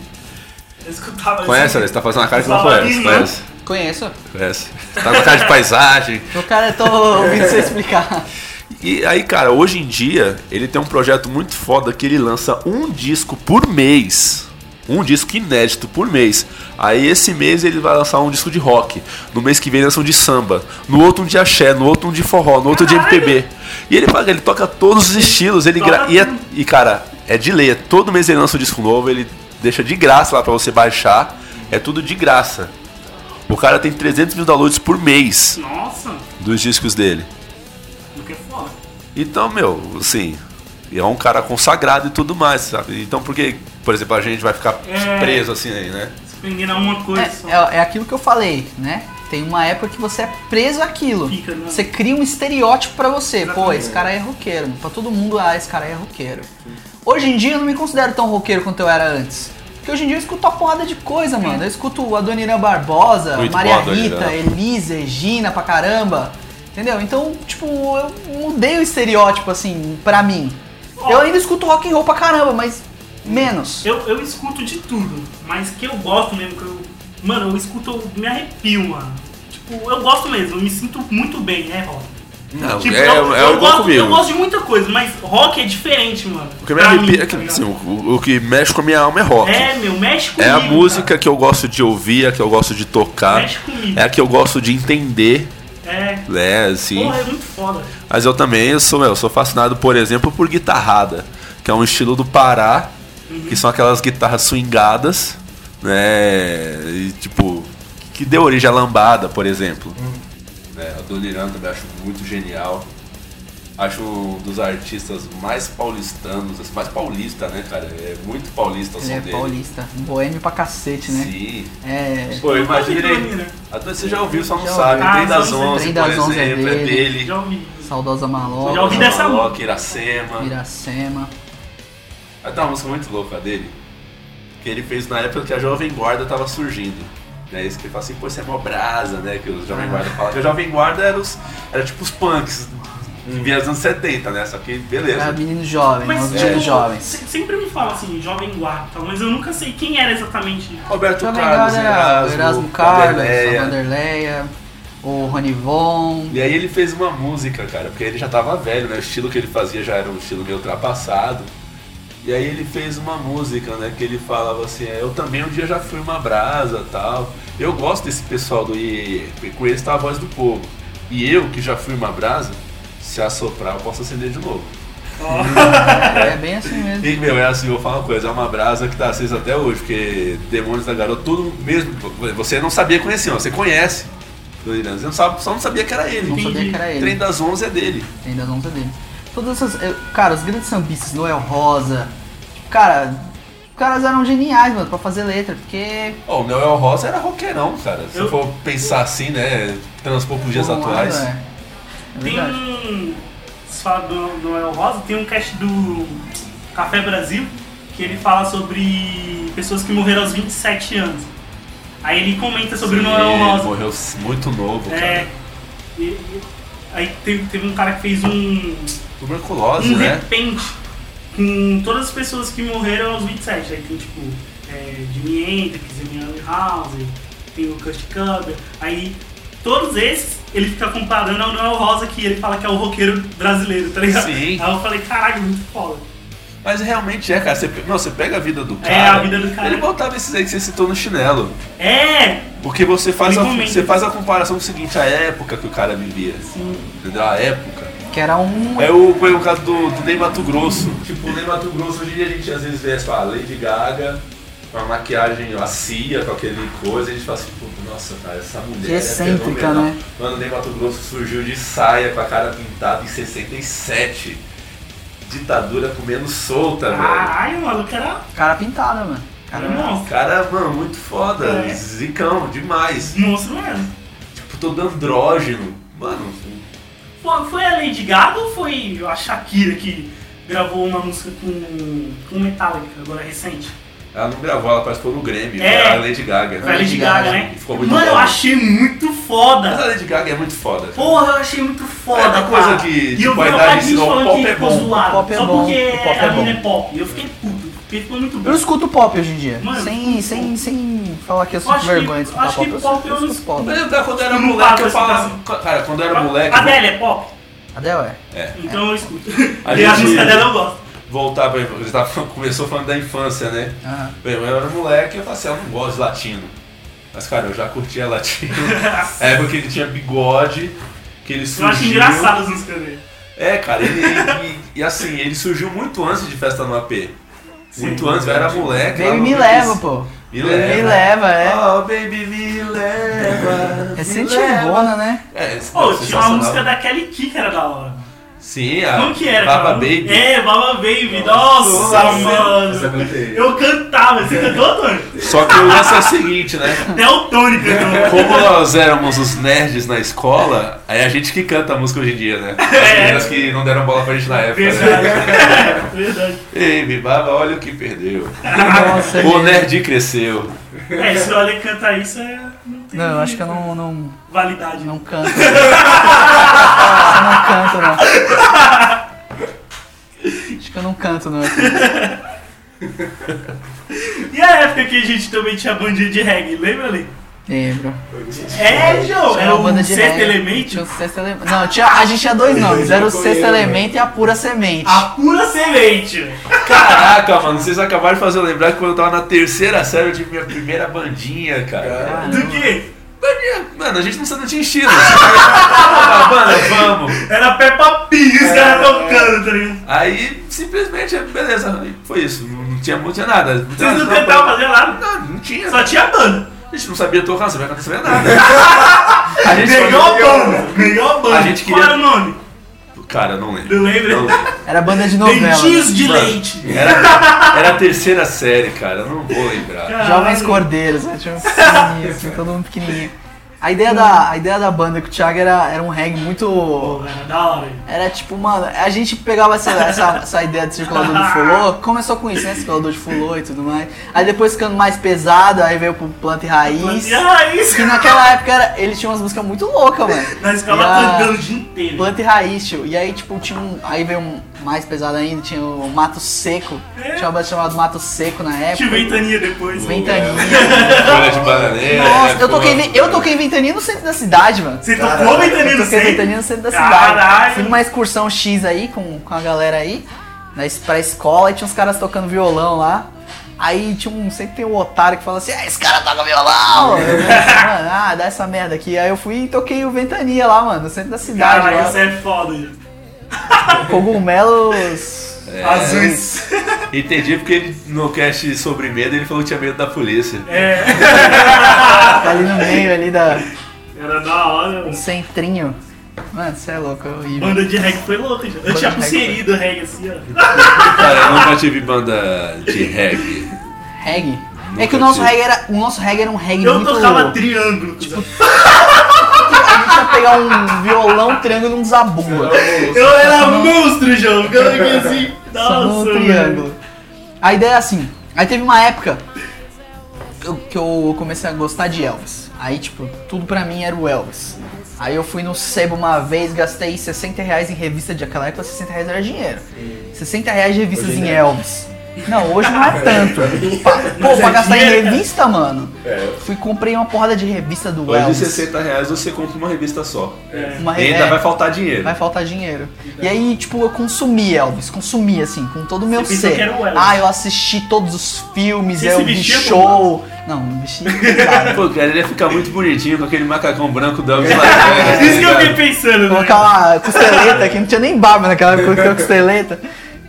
S7: Eu escutava
S5: É.
S7: assim.
S5: Conhece,
S7: isso.
S5: Alex? Você tá fazendo uma cara que não
S7: Fala
S5: conhece.
S7: isso, né?
S5: Conhece.
S4: Conheço.
S5: Conhece. Tá com uma cara de paisagem.
S4: O cara, é eu tô ouvindo você explicar.
S5: E aí, cara, hoje em dia, ele tem um projeto muito foda que ele lança um disco por mês. Um disco inédito por mês. Aí esse mês ele vai lançar um disco de rock. No mês que vem lança um de samba. No outro um de axé, no outro um de forró, no outro de MPB. E ele, fala que ele toca todos os estilos. Ele gra- e, é- e, cara, é de ler. Todo mês ele lança um disco novo, ele deixa de graça lá pra você baixar. É tudo de graça. O cara tem 300 mil downloads por mês
S7: Nossa,
S5: dos discos dele.
S7: o que é foda.
S5: Então, meu, assim, é um cara consagrado e tudo mais, sabe? Então, por que, por exemplo, a gente vai ficar
S7: É.
S5: preso assim aí, né?
S7: Se prendendo a uma coisa só.
S4: É, é, é aquilo que eu falei, né? Tem uma época que você é preso àquilo.
S7: Fica, né?
S4: Você cria um estereótipo pra você. Pô,
S7: Exatamente.
S4: esse cara é roqueiro. Pra todo mundo, ah, esse cara é roqueiro. Hoje em dia eu não me considero tão roqueiro quanto eu era antes. Porque hoje em dia eu escuto uma porrada de coisa, mano. Eu escuto a Dona Irã Barbosa,
S5: Muito
S4: Maria
S5: boa, Dona
S4: Rita,
S5: Irã.
S4: Elisa, Regina pra caramba. Entendeu? Então, tipo, eu mudei o estereótipo, assim, pra mim. Eu ainda escuto rock and roll pra caramba, mas menos.
S7: Eu, eu escuto de tudo, mas que eu gosto mesmo, que eu. Mano, eu escuto, eu me arrepio, mano. Tipo, eu gosto mesmo, eu me sinto muito bem, né, rock?
S5: Não,
S7: Tipo,
S5: é,
S7: eu,
S5: é
S7: eu
S5: igual
S7: gosto,
S5: comigo.
S7: eu gosto de muita coisa, mas rock é diferente, mano.
S5: O que me
S7: Pra
S5: arrepia
S7: mim,
S5: é
S7: tá
S5: que,
S7: ligado?
S5: assim, o, o- o que mexe com a minha alma é rock.
S7: É, meu, mexe comigo.
S5: É a música
S7: cara.
S5: que eu gosto de ouvir, é a que eu gosto de tocar,
S7: Mexe comigo.
S5: é a que eu gosto de entender,
S7: É.
S5: né, assim.
S7: Porra, é muito foda.
S5: Mas eu também eu sou, eu sou fascinado, por exemplo, por guitarrada, que é um estilo do Pará, que são aquelas guitarras swingadas, né? E, tipo, que deu origem à lambada, por exemplo.
S7: Hum.
S5: É, a Dona Irã também acho muito genial. Acho um dos artistas mais paulistanos, mais paulista, né, cara? É muito paulista o som
S4: Ele é
S5: dele.
S4: paulista. Boêmio pra cacete, né?
S5: Sim.
S4: É.
S5: Pô, imagina
S7: Pode
S5: ele.
S7: dormir, né?
S5: Até você já ouviu, só não
S4: Já
S5: sabe.
S7: ouvi.
S5: Trem
S7: Ah,
S5: das
S7: só não sei.
S5: Onze,
S4: Trem
S5: por
S4: das Onze é
S5: exemplo, é
S4: dele.
S5: dele.
S7: Já ouvi.
S4: Saudosa Maloca.
S7: Já ouvi dessa
S5: Maloca,
S7: música.
S5: Iracema.
S4: Iracema.
S5: Aí tem tá uma música muito louca dele, que ele fez na época que a Jovem Guarda tava surgindo. É né? isso que ele
S4: Ah.
S5: fala assim, pô, você é mó brasa, né? Que os Jovem Guarda falam. Que a Jovem Guarda era, os, era tipo os punks
S4: Hum.
S5: um via anos 70, né? Só que
S4: Era
S5: beleza.
S4: É, menino jovem,
S7: Mas,
S4: nós
S7: tipo,
S4: éramos jovens.
S7: se- sempre me fala assim, jovem guarda e tal, mas eu nunca sei quem era exatamente. né?
S5: Roberto
S4: Jovem
S5: Carlos, né?
S4: Guarda era o Erasmo Carlos, a
S5: Vanderleia.
S4: Vanderleia, o Ronivon.
S5: E aí ele fez uma música, cara, porque ele já tava velho, né? O estilo que ele fazia já era um estilo meio ultrapassado. E aí ele fez uma música, né? Que ele falava assim, é, eu também um dia já fui uma brasa tal. Eu gosto desse pessoal do IEE, porque com eles tá a voz do povo. E eu, que já fui uma brasa, se assoprar eu posso acender de novo.
S4: É bem assim mesmo.
S5: E, meu, é assim, eu vou falar uma coisa, é uma brasa que tá acesa até hoje, porque Demônios da Garota, tudo mesmo, você não sabia conhecer, você conhece. do Irã, Você não sabe, só não sabia que era ele.
S4: Não sabia que era ele.
S5: Trem das 11 é dele.
S4: Tem das onças dele. Todas essas. eu- Cara, os grandes sambistas, Noel Rosa. Cara, os caras eram geniais, mano, pra fazer letra, porque.
S5: Ó, o Noel Rosa era roqueirão, cara. Se
S7: Eu-
S5: for pensar assim, né? Transpor pros dias
S4: por um lado,
S5: atuais.
S4: é. É
S7: Tem
S4: verdade.
S7: um. Se fala do do Noel Rosa, tem um cast do Café Brasil que ele fala sobre pessoas que morreram aos 27 anos. Aí ele comenta sobre o Noel
S5: Ele
S7: Rosa.
S5: morreu muito novo,
S7: É.
S5: cara.
S7: E- e- aí teve, teve um cara que fez um.
S5: Tuberculose,
S7: um
S5: né?
S7: repente com todas as pessoas que morreram aos 27. Aí tem tipo é, Jimi Hendrix, Amy House, tem o Kurt Cobain. Aí todos esses ele fica comparando ao Noel Rosa, que ele fala que é o roqueiro brasileiro, tá ligado?
S5: Sim.
S7: Aí eu falei, caralho, muito foda.
S5: Mas realmente é, cara. Você, pe- não, você pega a vida do cara.
S7: É, a vida do cara.
S5: Ele botava esses aí que você citou no chinelo.
S7: É!
S5: Porque você faz, a,
S7: Principalmente.
S5: você faz a comparação com o seguinte, a época que o cara vivia. Entendeu? A época.
S4: Que era um.
S5: É o, foi o caso do, do Ney Mato Grosso. Tipo, o Ney Mato Grosso, hoje em dia a gente às vezes vê, tipo, a Lady Gaga, com a maquiagem lacia, com aquele coisa, e a gente fala assim, puta, nossa, cara, essa mulher
S4: Que excêntrica,
S5: é fenomenal.
S4: né?
S5: Mano, o Ney Mato Grosso surgiu de saia, com a cara pintada em 67. Ditadura comendo solta, velho.
S7: Caralho, mano, o cara
S4: Cara pintada, mano.
S7: era
S4: Cara,
S7: um monstro.
S5: Cara, mano, muito foda,
S7: É.
S5: zicão, demais.
S7: Monstro mesmo.
S5: Tipo, todo andrógeno. Mano,
S7: Pô, Foi a Lady Gaga ou foi a Shakira que gravou uma música com, com Metallica, agora recente?
S5: ela não gravou, ela participou no Grêmio,
S7: É.
S5: era a Lady Gaga.
S7: Foi a Lady Gaga, né?
S5: Ficou muito
S7: Mano, eu
S5: bom.
S7: achei muito
S5: Mas
S7: foda.
S5: a Lady Gaga é muito foda. cara.
S7: Porra, eu achei muito foda,
S5: É uma coisa
S7: cara.
S5: que, tipo,
S7: E eu vi
S5: a
S7: uma
S5: idade
S7: parte de gente
S5: ensinou, o
S7: falando
S5: pop
S7: que
S5: é
S7: ficou
S5: bom.
S7: zoado.
S4: O pop é
S7: só
S4: bom,
S7: porque
S4: o pop é
S7: a mina é
S4: bom.
S7: pop. E eu fiquei puto, porque ficou muito bom.
S4: Eu escuto pop hoje em dia.
S7: Mano,
S4: sem, sem, sem falar que eu
S7: Eu
S4: sinto
S7: acho
S4: vergonha
S7: que-
S4: de escutar
S7: acho que
S4: pop. Eu
S7: pop
S4: sinto- eu
S7: eu não
S4: escuto pop.
S5: Mas eu, quando eu era
S7: Não
S5: moleque,
S7: dá
S5: eu
S7: pra
S5: falava.
S7: escutar
S5: Cara, quando eu era moleque, né?
S7: A Adele é pop?
S4: Adele é.
S7: Então eu escuto.
S5: A
S7: e a
S5: gente-
S7: música dela eu gosto.
S5: voltar pra. Você tava, falando- começou falando da infância, né?
S4: Aham.
S5: Bem, eu era moleque eu falei assim, eu não gosto de latino. Mas, cara, eu já curtia latino. É época que ele tinha bigode, que ele
S7: Eu acho
S5: surgiu.
S7: engraçado as músicas dele.
S5: É, cara, ele, ele- e assim, ele surgiu muito antes de festa no AP. Muito antes, eu era moleque. lá
S4: Baby
S5: no
S4: me
S5: Luiz.
S4: leva, pô.
S5: Me
S4: Baby
S5: leva.
S4: Me leva, é.
S5: Oh, baby, me leva.
S4: É
S5: me
S4: sentivona, né?
S5: leva. É,
S7: Pô, tinha uma
S5: sensacional.
S7: música da Kelly Key que era da hora.
S5: Sim, a
S7: Como que era?
S5: Baba
S7: cara?
S5: Baby.
S7: É, Baba Baby. Nossa,
S5: Nossa, é
S6: Essa eu
S7: mano.
S6: cantei.
S7: Eu cantava, você cantou, Tony?
S5: Só que o lance é o seguinte, né?
S7: Até o Tony cantou.
S5: Como nós éramos os nerds na escola, aí a gente que canta a música hoje em dia, né? As
S7: É.
S5: meninas que não deram bola pra gente na época, né?
S7: Verdade. Verdade.
S5: Ei, me baba, olha o que perdeu.
S4: Nossa,
S7: Tá
S5: O
S4: gente.
S5: nerd cresceu.
S7: É, se o Ale canta isso, é. Não, tem
S4: Não, eu acho que eu não, não,
S7: Validade.
S4: não canto. Essa eu não canto, não. Acho que eu não canto, não. assim.
S7: E a época que a gente também tinha bandinha de reggae, lembra ali?
S4: Lembro.
S7: É, João,
S4: Tinha uma
S7: era o
S4: banda de
S7: sexto
S4: reggae, Tinha um
S7: elemento.
S4: o sexto elemento. Não, tinha, a gente tinha dois nomes. Era o sexto elemento e a pura semente.
S7: A pura semente.
S5: Caraca, mano, vocês acabaram de fazer eu lembrar que quando eu tava na terceira série eu tive minha primeira bandinha, cara.
S6: É,
S7: Do que?
S5: Bandinha, mano, a gente não, não tinha estilo. Ah, Mano, vamos.
S7: Era Peppa Pig, os caras tocando, tá ligado?
S5: Aí simplesmente, beleza, aí foi isso. Não tinha, não tinha nada.
S7: Vocês não tentavam fazer nada,
S5: Não, não tinha.
S7: só tinha banda.
S5: A gente não sabia tocar, não sabia cantar, não sabia nada. A gente
S7: Melhor
S5: só-
S7: banda, melhor banda.
S5: A gente
S7: Qual
S5: queria-
S7: era o nome?
S5: Cara, não lembro.
S7: Não lembra?
S5: Não lembro.
S4: Era banda de novela.
S7: Dentinhos de
S5: Mano.
S7: leite.
S5: Era, era a terceira série, cara. eu Não vou lembrar.
S4: Jovens Cordeiros, né? Tinha um pequenininho, assim, todo mundo pequenininho. A ideia, da, a ideia da banda com o Thiago era, era um reggae muito.
S7: Era da hora. hein?
S4: Era tipo, mano, a gente pegava essa, essa, essa ideia de circulador de fulô, começou com isso, né? Circulador de fulô e tudo mais. Aí depois ficando mais pesado, aí veio pro Planta e Raiz.
S7: E aí,
S4: Que naquela época era, ele tinha umas músicas muito loucas, mano.
S7: nós ficava
S4: E a-
S7: cantando o dia inteiro.
S4: Planta e Raiz, tio. E aí, tipo, tinha um. Aí veio um mais pesado ainda, tinha o Mato Seco. Tinha uma banda chamada Mato Seco na
S7: Tive
S4: época.
S7: ventania depois.
S4: Ventania.
S5: Folha de bananeira. né,
S4: Nossa, eu
S5: pô.
S4: toquei, ve- eu toquei Ventania no centro da cidade, mano.
S7: Você tocou ventania
S4: Eu
S7: no
S4: toquei
S7: centro?
S4: Ventania no centro da cidade.
S7: Caralho.
S4: Fui numa excursão X aí com, com a galera aí, na, es- pra escola, e tinha uns caras tocando violão lá. Aí tinha um, sempre tem um otário que fala assim, "Ah, esse cara toca violão! Eu falei assim, mano, ah, dá essa merda aqui. Aí eu fui e toquei o Ventania lá, mano, no centro da cidade.
S7: Caralho,
S4: lá.
S7: você é foda. gente.
S4: Cogumelos.
S7: Azuis.
S5: Entendi porque no cast sobre medo ele falou que tinha medo da polícia.
S4: Tá ali no meio ali da,
S7: Era da hora.
S4: do
S7: mano.
S4: centrinho. Mano, você é louco, é horrível.
S7: Banda de reggae foi louca, gente. Eu
S4: Banda
S7: tinha
S4: de reggae
S7: pulseirinha do reggae assim, ó.
S5: Cara, eu nunca tive banda de reggae.
S4: Reggae. É que o nosso reggae era. O nosso reggae era um reggae
S7: Eu
S4: muito. Tipo,
S7: tocava triângulo. tipo,
S4: a gente ia pegar um violão, triângulo e um zabumba.
S7: Eu era monstro, João. Ficava aqui assim.
S4: Só num
S7: Nossa,
S4: triângulo.
S7: velho.
S4: A ideia é assim. Aí teve uma época que eu, que eu comecei a gostar de Elvis. Aí, tipo, tudo pra mim era o Elvis. Aí eu fui no sebo uma vez, gastei 60 reais em revista de aquela época, 60 reais era dinheiro. 60 reais de revistas
S5: é.
S4: em Elvis. Não, hoje não é tanto. Pô,
S5: é
S4: pra gastar em revista, mano. Fui comprei uma porrada de revista do
S5: Hoje, de
S4: Elvis.
S5: 60 reais você compra uma revista só.
S4: Uma
S5: E ainda
S4: é,
S5: vai faltar dinheiro.
S4: Vai faltar dinheiro. E aí, tipo, eu consumi Elvis, consumi assim, com todo o meu
S7: Você pensou
S4: ser.
S7: que era o Elvis.
S4: Ah, eu assisti todos os filmes,
S7: Você
S4: eu
S7: se
S4: vi
S7: vestia
S4: show. Não, me vesti. cara.
S5: Pô, cara, ele ia ficar muito bonitinho com aquele macacão branco do Elvis Las Vegas,
S7: Isso que eu
S5: tá
S7: fiquei
S5: ligado?
S7: pensando, né?
S4: Colocar uma costeleta, que não tinha nem barba naquela época, eu coloquei uma costeleta.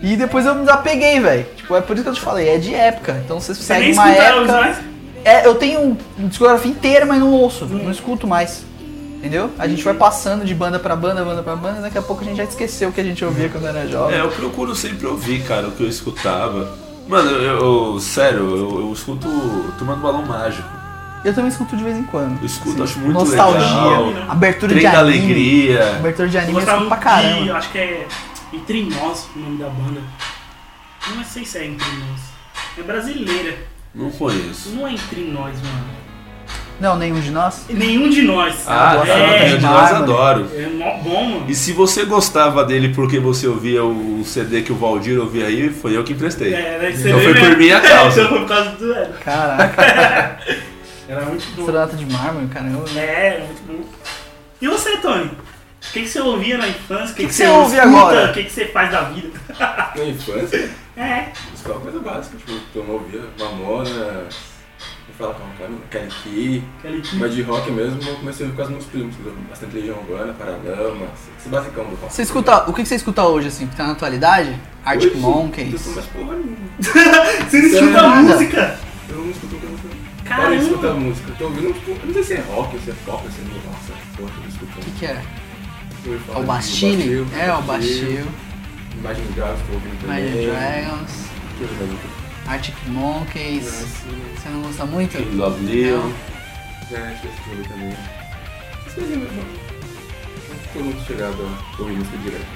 S4: E depois eu me desapeguei, velho. Tipo, é por isso que eu te falei, é de época. Então você
S7: Você
S4: segue
S7: nem
S4: uma
S7: escuta né? Elvis
S4: época.
S7: mais?
S4: É, eu tenho uma discografia inteira, mas não ouço,
S7: Hum.
S4: não escuto mais. Entendeu? A gente vai passando de banda pra banda, banda pra banda, daqui a pouco a gente já esqueceu o que a gente ouvia quando era jovem.
S5: É, eu procuro sempre ouvir, cara, o que eu escutava. Mano, eu, eu- sério, eu, eu escuto Tomando Balão Mágico.
S7: É.
S4: Eu também escuto de vez em quando.
S5: Eu escuto, acho muito
S4: Nostalgia,
S5: legal.
S4: abertura
S5: Trem
S4: de
S5: da
S4: anime.
S5: Alegria.
S4: Abertura de
S7: Eu
S4: anime eu
S7: gostava
S4: escuto pra
S7: de.
S4: caramba.
S7: Acho que é. Entre Nós, o nome da banda. Não sei se é Entre Nós. É brasileira.
S5: Não conheço.
S7: Não é Entre Nós, mano.
S4: Não, nenhum de nós.
S7: Nenhum de nós.
S5: Ah,
S4: gosto
S5: é,
S4: muito
S5: eu
S4: de
S5: de
S4: Bárbara.
S5: nós adoro.
S7: É mó bom, mano.
S5: E se você gostava dele porque você ouvia um CD que o Valdir ouvia aí, foi eu que emprestei.
S7: É, né, você
S5: Então
S7: vê
S5: foi
S7: mesmo.
S5: por minha causa.
S7: Então foi por causa do. é,
S4: Caraca,
S7: Era muito bom.
S4: astronauta de mármore, caramba. O
S7: É, era muito bom. E você, Tony? O que, que você ouvia na infância? O que,
S4: que você ouve
S7: escuta?
S4: agora?
S7: O que, que você faz da vida?
S6: Na infância,
S7: É,
S6: isso é uma coisa básica, tipo, tomou ouvia, mamona, me fala com cara, Kaliki,
S7: aquele que-
S6: mas de rock mesmo eu comecei a ouvir quase meus primos, que eu- bastante Legião Urbana, Paralamas, esse basicão do rock.
S4: Você escuta, o que que você escuta hoje, assim, que tá na atualidade? Arctic
S6: Eu
S4: Monkeys.
S6: sou mais porra nenhuma.
S7: Você não escuta
S4: nada.
S7: música?
S6: Eu não escuto música. Parei de
S4: tá-
S6: escutar
S7: Caramba!
S6: música. Eu tô ouvindo, tipo, eu não sei se é rock, ou se é pop, ou se é meio nossa, porra, eu tô
S4: O que
S6: escutando.
S4: que é?
S6: Eu ia falar
S4: O
S6: de
S4: Bastille?
S6: Bastille,
S4: É, o Bastille.
S6: Imagem Dragons, tô
S5: né?
S6: ouvindo também.
S4: Imagine Dragons,
S6: Deixa eu ver mais um pouco.
S4: Arctic Monkeys.
S5: Né?
S6: Assim,
S4: Você não gosta muito?
S5: Love Leo.
S4: Não.
S6: É, acho que esse jogo também. Esse jogo é bom. Não sou muito chegado a ouvir música direto.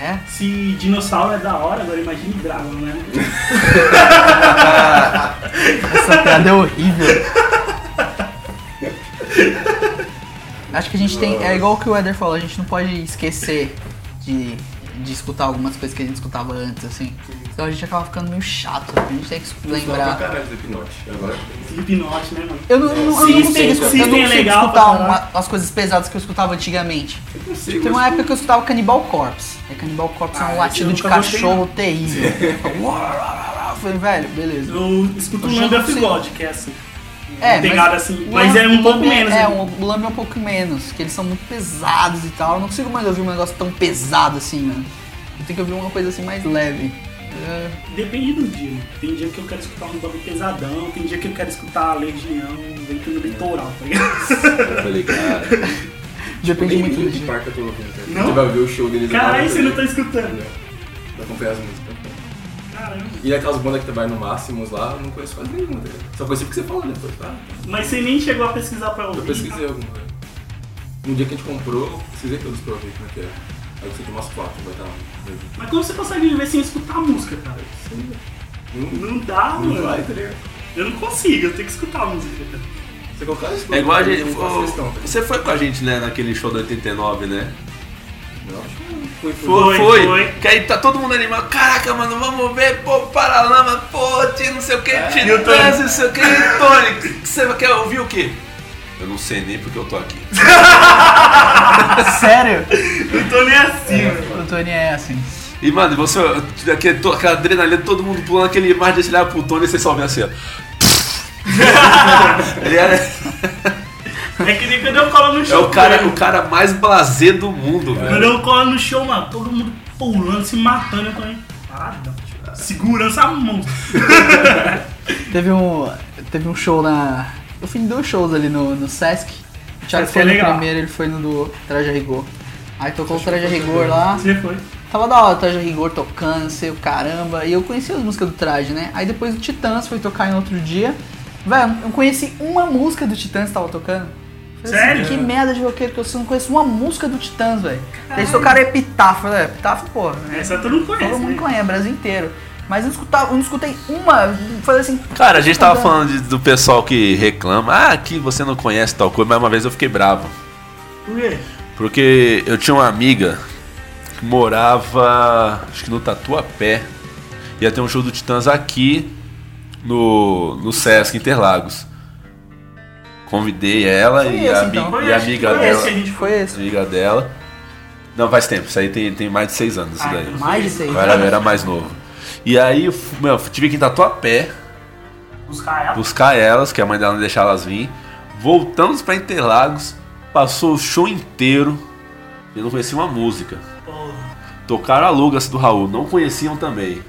S4: É?
S7: Se dinossauro é da hora, agora imagine dragão, né?
S4: Essa piada é horrível. Acho que a gente tem. É igual o que o Eder falou, a gente não pode esquecer de, de escutar algumas coisas que a gente escutava antes, assim. Então a gente acaba ficando meio chato, a gente tem que
S6: Pra
S4: lembrar.
S6: caralho do hipnote. Agora,
S7: Slipknot, né, mano?
S4: Eu não, eu não- eu não
S7: System,
S4: consigo, escutar, eu
S7: System
S4: não
S7: é
S4: consigo
S7: legal pra
S4: escutar
S7: caralho.
S4: uma- as coisas pesadas que eu escutava antigamente.
S6: eu consigo.
S4: Tem uma época que eu escutava Cannibal Corpse. É Cannibal Corpse é
S7: Ah,
S4: um
S7: esse
S4: latido
S7: eu
S4: de
S7: nunca gostei,
S4: cachorro terrível. Eu falei, velho, beleza.
S7: Eu escuto
S4: Eu
S7: um
S4: já
S7: Lamb
S4: não
S7: of
S4: sei.
S7: God, que é assim.
S4: É,
S7: pegada assim, mas é um
S4: Lamb
S7: pouco
S4: me-
S7: menos,
S4: É,
S7: né?
S4: um- o Lamb é um pouco menos, que eles são muito pesados e tal. Eu não consigo mais ouvir um negócio tão pesado assim, mano. Eu tenho que ouvir uma coisa assim mais leve. É,
S7: Depende do dia. né? Tem dia que eu quero escutar um bagulho pesadão, tem dia que eu quero escutar Legião, Vento no Litoral, tá ligado?
S6: Eu falei, cara.
S4: depende
S6: Tipo, nem
S4: muito do
S6: Linkin
S4: dia.
S6: Park eu tô ouvindo. cara.
S7: Não?
S6: Você vai ver o show deles
S7: Caralho, você não tá
S6: também.
S7: escutando.
S6: Vai acompanhar as músicas.
S7: Caramba.
S6: E é aquelas bandas que tu vai no Máximos lá, eu não conheço quase nenhuma, tá ligado? Só conheci porque você falou depois, tá?
S7: Mas você nem chegou a pesquisar pra
S6: Eu
S7: ouvir.
S6: pesquisei alguma. coisa. Um dia que a gente comprou, eu pesquisei todos pra ver como é que é. Aí eu sei que umas quatro vai um- estar lá. mesmo.
S7: Mas como você consegue viver sem escutar a música, cara?
S6: Não-
S7: Não dá,
S6: Não vai,
S7: mano.
S6: tá ligado?
S7: Eu não consigo, eu tenho que escutar a música, cara.
S6: Você colocar isso
S5: É igual a gente.
S6: não faço questão, tá ligado?
S5: Você foi com a gente, né, naquele show do 89, né?
S6: Não, acho que não. Foi, foi.
S5: Foi,
S7: Foi,
S5: foi.
S7: foi.
S5: Que aí tá todo mundo animado. Caraca, mano, vamos ver, pô, Paralama, pô, tira não sei o que, tira É. o trânsito, não sei o que, Tony. que Você quer ouvir o quê? Eu não sei nem porque eu tô aqui.
S4: Ah, Sério?
S7: Eu tô nem assim, mano.
S4: O Tony é assim.
S5: E, mano, você, aquele, to- aquela adrenalina, todo mundo pulando aquele mar de olhar pro Tony e você só vê assim, ó. Ele é,
S7: É que nem quando eu colo no
S5: é
S7: show.
S5: o, cara,
S7: cara.
S5: o cara mais blasé do mundo, velho.
S7: Quando eu colo no show, mano, todo mundo pulando, se matando, eu tô aí. Parada. Segurança a mão.
S4: Teve um, teve um show na. Eu fui em dois shows ali no, no Sesc. O Thiago
S7: Sesc
S4: foi
S7: é
S4: no
S7: legal.
S4: primeiro, ele foi no do Traje a Rigor. Aí tocou o Traje a Rigor lá.
S7: Você foi.
S4: Tava da hora o Traje a Rigor tocando, sei o caramba. E eu conheci as músicas do Traje, né? Aí depois o Titãs foi tocar em outro dia. Velho, eu conheci uma música do Titãs que tava tocando. Falei assim,
S7: Sério?
S4: Que merda de roqueiro que eu sou, não conheço uma música do Titãs, velho. Eles tocaram Epitáfio, né? Epitáfio, pô. né?
S7: Essa tu não conhece,
S4: Todo mundo
S7: né?
S4: conhece, Brasil inteiro. Mas eu não, escutava, eu não escutei uma. Falei assim.
S5: Cara, a gente tava
S4: "Caramba".
S5: falando de- do pessoal que reclama, ah, aqui você não conhece tal coisa, mas uma vez eu fiquei bravo.
S7: Por quê?
S5: Porque eu tinha uma amiga que morava, acho que no Tatuapé. Ia ter um show do Titãs aqui no, no Sesc Interlagos. Convidei ela
S4: Foi
S5: e,
S4: esse,
S5: a, ami-
S4: então.
S5: e a amiga
S7: Foi esse que a
S5: dela.
S7: gente
S4: Foi esse.
S5: Amiga dela. Não, faz tempo, isso aí tem, tem mais de seis anos. Isso
S7: Ah,
S5: daí.
S7: então
S4: Mais de seis.
S5: Eu era, eu era mais novo. E aí, eu fu- meu, tive que ir em Tatuapé
S7: Buscar ela.
S5: buscar elas, que a mãe dela não deixava elas vir. Voltamos pra Interlagos, passou o show inteiro e eu não conhecia uma música.
S7: Porra.
S5: Tocaram a Lugas do Raul, não conheciam também.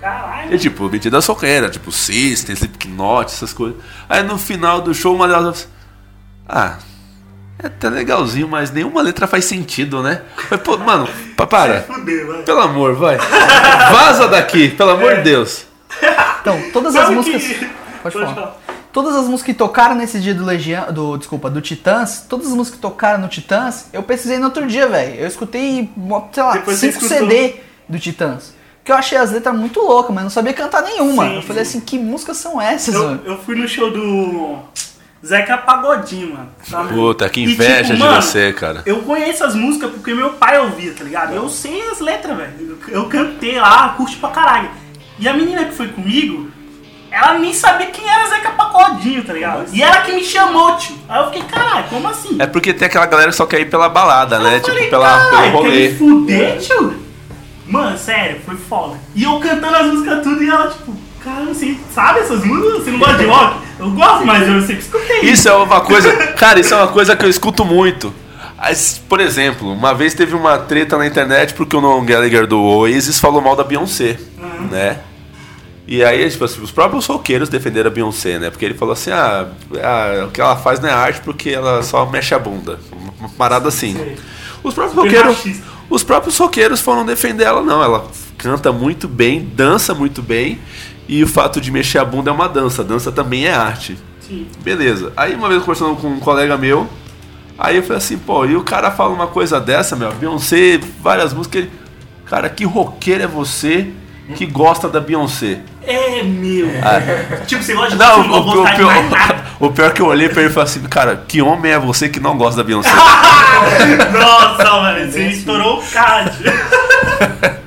S7: Caralho.
S5: E tipo, metida soqueira, tipo System, Slipknot, essas coisas. Aí no final do show uma delas Ah, é até legalzinho, mas nenhuma letra faz sentido, né? Mas, pô, mano, pa- para.
S7: Fudeu, mano.
S5: Pelo amor, vai. Vaza daqui, pelo amor de Deus.
S4: Então, todas as
S7: Sabe
S4: músicas.
S7: que-
S4: Pode falar. Todas as músicas que tocaram nesse dia do Legião. Do, desculpa, do Titãs, todas as músicas que tocaram no Titãs, eu pesquisei no outro dia, velho. Eu escutei, mo- sei lá,
S7: Depois você
S4: 5
S7: escutou.
S4: CD do Titãs. Que eu achei as letras muito loucas, mas não sabia cantar nenhuma.
S7: Sim,
S4: eu falei
S7: sim.
S4: assim, que músicas são essas, mano?
S7: Eu, eu fui no show do Zeca Pagodinho, mano. Tá vendo?
S5: Puta, que
S7: E, tipo,
S5: inveja de
S7: mano,
S5: você, cara.
S7: Eu conheço as músicas porque meu pai ouvia, tá ligado? Eu sei as letras, velho. Eu eu cantei lá, curti pra caralho. E a menina que foi comigo, ela nem sabia quem era Zeca Pagodinho, tá ligado? E ela que me chamou, tio. Aí eu fiquei, caralho, como assim?
S5: É porque tem aquela galera que só quer ir pela balada, né?
S7: Eu falei,
S5: Tipo, pela, pelo
S7: "Caralho, quer
S5: rolê.
S7: me fuder, tio? Mano, sério, foi foda. E eu cantando as músicas tudo e ela, tipo, cara, você sabe essas músicas? Você não gosta de rock? Eu gosto, mas eu sempre escutei.
S5: Isso é uma coisa. Cara, isso é uma coisa que eu escuto muito. As- Por exemplo, uma vez teve uma treta na internet porque o Noam Gallagher do Oasis falou mal da Beyoncé,
S7: Uhum.
S5: né? E aí, tipo assim, os próprios roqueiros defenderam a Beyoncé, né? Porque ele falou assim: ah, ah, o que ela faz não é arte porque ela só mexe a bunda. Uma parada assim. Os próprios
S7: Super
S5: roqueiros.
S7: machista.
S5: Os próprios roqueiros foram defender ela, não. Ela canta muito bem, dança muito bem. E o fato de mexer a bunda é uma dança. Dança também é arte.
S7: Sim.
S5: Beleza. Aí uma vez conversando com um colega meu, aí eu falei assim, pô, e o cara fala uma coisa dessa, meu, Beyoncé, várias músicas. Ele, cara, que roqueiro é você que gosta da Beyoncé?
S7: É meu. Tipo, você gosta de
S5: Ah. Não,
S7: você
S5: o, o- o
S7: gostar de
S5: pior,
S7: mais nada.
S5: o pior é que eu olhei pra ele e falei assim, cara, que homem é você que não gosta da Beyoncé?
S7: Nossa, mano, você estourou o card.
S4: Tipo,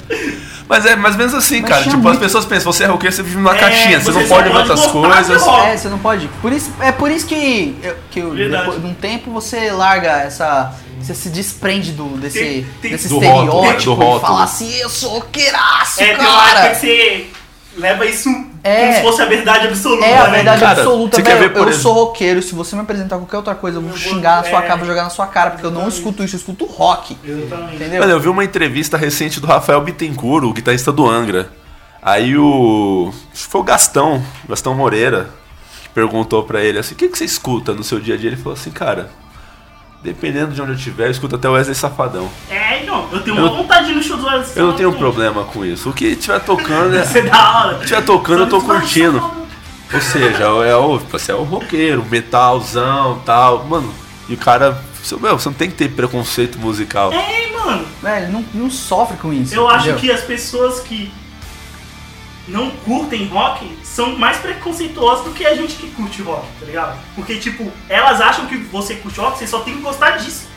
S5: Mas é mais ou menos assim,
S4: Mas
S5: cara.
S4: tinha
S5: Tipo, as
S4: muito-
S5: pessoas pensam, você é roqueiro, você vive numa
S7: É,
S5: caixinha, você,
S7: você
S5: não
S7: só
S5: pode ver
S7: pode
S5: outras
S7: gostar de
S5: coisas.
S7: rock.
S4: É, você não pode. Por isso, é por isso que, eu- que eu,
S7: Verdade.
S4: depois de um tempo você larga essa. Você se desprende do, desse,
S7: Tem- tem-
S4: desse
S5: Do rótulo, né?
S4: estereótipo
S5: do rótulo.
S4: e fala assim, eu sou roqueiraço,
S7: É, tem uma hora que
S4: cara!
S7: você leva isso
S4: É.
S7: como se fosse a verdade absoluta.
S4: É a
S7: né?
S4: verdade
S5: Cara,
S4: absoluta,
S5: você quer
S4: velho.
S5: ver,
S4: Eu
S5: por exemplo-
S4: sou roqueiro, se você me apresentar qualquer outra coisa, eu vou xingar na sua
S7: é.
S4: cara, vou jogar na sua cara, porque eu não escuto isso, eu escuto rock.
S7: Exatamente.
S4: Entendeu?
S5: Mano, eu vi uma entrevista recente do Rafael Bittencourt, o guitarrista do Angra. Aí o. acho que Foi o Gastão, Gastão Moreira, que perguntou pra ele assim: o que, que você escuta no seu dia a dia? Ele falou assim, cara. Dependendo de onde eu estiver, eu escuto até o Wesley Safadão.
S7: É, então, eu tenho
S5: Eu-
S7: uma vontade de ir no show dos olhos.
S5: Eu não tenho problema com isso. O que estiver tocando, é-
S7: Você é da hora.
S5: estiver tocando, eu tô
S7: Só me
S5: curtindo.
S7: esbarra,
S5: é Ou seja, é o, você é o roqueiro, metalzão tal. Mano, e o cara Você, meu, você não tem que ter preconceito musical.
S7: É, mano.
S4: Velho, não, não sofre com isso.
S7: Eu acho
S4: entendeu?
S7: que as pessoas que não curtem rock são mais preconceituosas do que a gente que curte rock, tá ligado? Porque, tipo, elas acham que você curte rock, você só tem que gostar disso.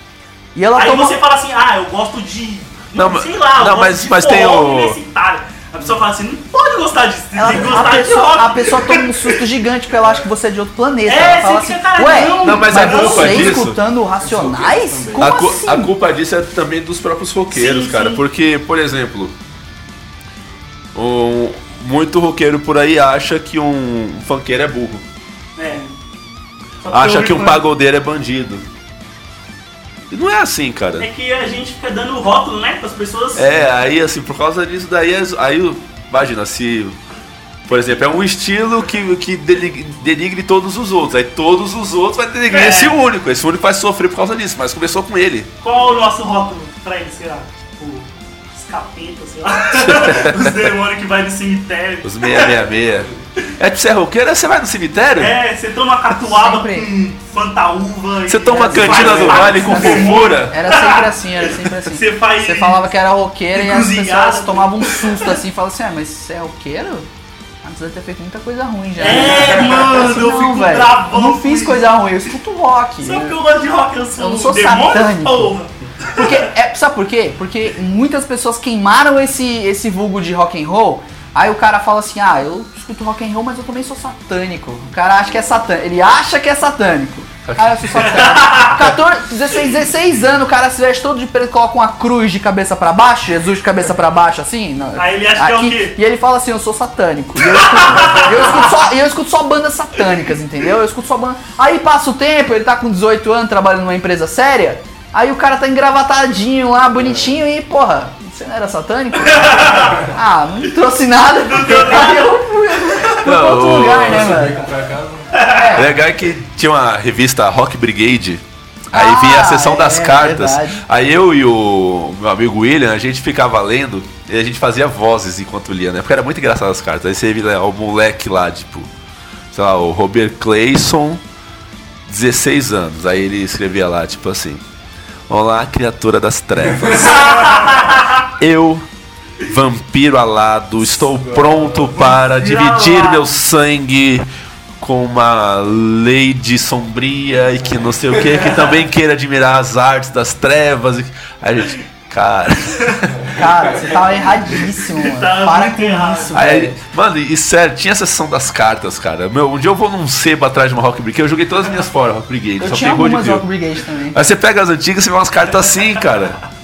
S4: E ela
S7: Aí
S4: toma.
S7: você fala assim, ah, eu gosto de.
S5: Não,
S7: Não,
S5: mas-
S7: sei lá, eu
S5: não,
S7: gosto
S5: mas-
S7: de
S5: mas tem
S7: forró
S5: o-
S7: universitário. A pessoa fala assim, não pode gostar disso,
S4: ela-
S7: tem que gostar
S4: a,
S7: de
S4: pessoa,
S7: rock.
S4: a pessoa toma um susto gigante porque ela acha que você é de outro planeta.
S7: É,
S4: ela fala
S7: você
S4: assim,
S7: fica, cara,
S4: ué,
S7: não,
S5: Não, mas
S4: mas
S5: a culpa
S4: você
S5: disso-
S4: escutando Racionais? Como
S5: A, cu-
S4: assim?
S5: a culpa disso é também dos próprios roqueiros,
S7: Sim,
S5: cara.
S7: sim.
S5: Porque, por exemplo, um- muito roqueiro por aí acha que um funkeiro é burro.
S7: É. Só porque
S5: Acha
S7: eu
S5: que um
S7: reclamo.
S5: pagodeiro é bandido. E não é assim,
S7: É
S5: cara.
S7: que a gente fica dando rótulo, né, pras pessoas.
S5: É, aí assim, por causa disso, daí as- aí, o- imagina, se. Por exemplo, é um estilo que, que deli- denigre todos os outros. Aí todos os outros vai denigrar
S7: É.
S5: esse único. Esse único vai sofrer por causa disso, mas começou com ele.
S7: Qual o nosso rótulo pra eles, sei lá? Tipo, os capetas, sei lá. os demônios que vai no cemitério.
S5: Os 666. É tipo, você é roqueiro, você vai no cemitério?
S7: É, você toma catuaba
S4: Sempre.
S7: com fantaúva. e-
S5: Você toma a cantina
S7: faz-
S5: do vale com
S7: faz-
S5: fofura?
S4: Era sempre assim, era sempre assim.
S7: Você faz-
S4: Você falava que era roqueiro e as
S7: Encruzilhada.
S4: pessoas tomavam um susto assim e falavam assim, ah, mas você é roqueiro? Ah, precisa ter feito muita coisa ruim já.
S7: É, mano,
S4: assim,
S7: eu
S4: não,
S7: fico
S4: velho,
S7: bravão
S4: Não
S7: com
S4: fiz
S7: isso."
S4: coisa ruim, eu escuto rock.
S7: Só porque eu gosto de rock, eu sou,
S4: Eu não
S7: um
S4: sou
S7: demônio,
S4: satânico.
S7: porra.
S4: Porque, é, sabe por quê? Porque muitas pessoas queimaram esse, esse vulgo de rock and roll. Aí o cara fala assim, ah, eu escuto rock and roll, mas eu também sou satânico. O cara acha que é satânico. Ele acha que é satânico. Ah, eu sou satânico. 14, 16, 16 anos, o cara se veste todo de preto, coloca uma cruz de cabeça pra baixo, Jesus de cabeça pra baixo, assim. na-
S7: Aí ele acha que é o quê?
S4: E ele fala assim, eu sou satânico. E eu escuto, eu escuto só, e eu escuto só bandas satânicas, entendeu? Eu escuto só bandas. Aí passa o tempo, ele tá com 18 anos trabalhando numa empresa séria. Aí o cara tá engravatadinho lá, bonitinho, e porra, você não era satânico? ah, não trouxe nada. Aí eu fui fui pra outro
S5: Não,
S4: lugar, né, mano?
S6: Comprar casa,
S5: O Legal é que tinha uma revista Rock Brigade. Aí
S4: Ah,
S5: vinha a sessão das
S4: é,
S5: cartas.
S4: verdade.
S5: Aí eu e o meu amigo William, a gente ficava lendo e a gente fazia vozes enquanto lia, né? Porque era muito engraçado as cartas. Aí você via né, o moleque lá, tipo, sei lá, o Robert Clayson, 16 anos. Aí ele escrevia lá, tipo assim: Olá, criatura das trevas. eu, vampiro alado, estou pronto para dividir
S7: alado.
S5: meu sangue com uma lady sombria e que não sei o que, que também queira admirar as artes das trevas. E- Aí a gente, cara.
S4: Cara, você tava erradíssimo, mano.
S7: Tava
S4: Para
S7: muito
S4: com
S7: errado.
S4: isso,
S5: Aí,
S4: velho.
S5: mano, e sério, tinha essa sessão das cartas, cara. Meu, um dia eu vou num sebo atrás de uma Rock Brigade, eu joguei todas as minhas fora, Rock Brigade,
S4: Eu
S5: só
S4: tinha
S5: tem Gold
S4: algumas
S5: View.
S4: Rock Brigade também.
S5: Aí você pega as antigas e vê umas cartas assim, cara. Aí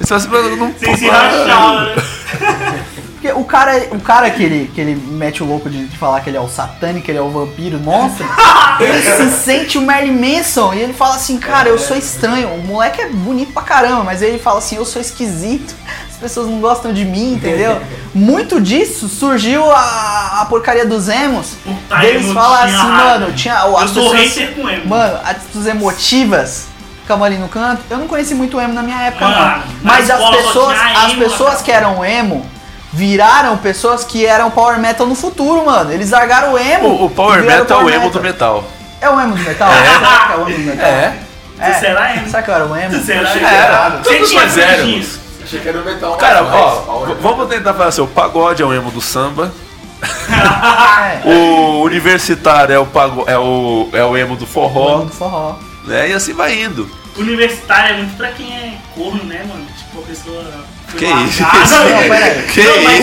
S5: Você fala assim, mano, eu não
S7: Sem se rachar, né?
S4: Porque o cara, o cara que, ele, que ele mete o louco de, de falar que ele é o satânico, ele é o vampiro monstro, ele se sente o Merlin Manson e ele fala assim, cara, eu sou estranho, o moleque é bonito pra caramba, mas ele fala assim, eu sou esquisito, as pessoas não gostam de mim, entendeu? Muito disso surgiu a, a porcaria dos emos,
S7: Puta,
S4: eles
S7: emo
S4: falam
S7: tinha
S4: assim,
S7: raiva.
S4: mano, tinha o
S7: Eu sou hater com emo.
S4: Mano, atitudes emotivas ficavam ali no canto. Eu não conheci muito emo na minha época,
S7: Mano,
S4: não.
S7: na
S4: Mas as
S7: escola só
S4: pessoas,
S7: tinha
S4: as
S7: emo,
S4: pessoas
S7: cara.
S4: que eram emo viraram pessoas que eram power metal no futuro, mano. Eles largaram o emo.
S5: O, o Power
S4: e viraram
S5: Metal é o emo do metal.
S4: É o emo do metal? Será que é o emo do metal?
S5: É.
S4: É.
S7: Será emo?
S4: Será que eu era o emo?
S7: Será que
S5: Era.
S7: Você
S5: Todos
S7: tinha
S5: nós éramos.
S7: franjinha.
S6: achei que era o metal.
S5: Cara,
S6: mas-
S5: ó,
S6: mas-
S5: v- vamos tentar falar assim, o pagode é o emo do samba,
S7: Ah.
S4: É.
S5: o universitário é o, pago, é o, é o emo
S4: O
S5: do
S4: emo
S5: forró,
S4: do forró.
S5: né? E assim vai indo.
S7: Universitário é muito pra quem é corno, né, mano? Tipo, a pessoa. foi
S5: Que
S7: largada,
S5: isso?
S4: Não,
S7: né?
S4: peraí.
S5: Que
S4: Não, mas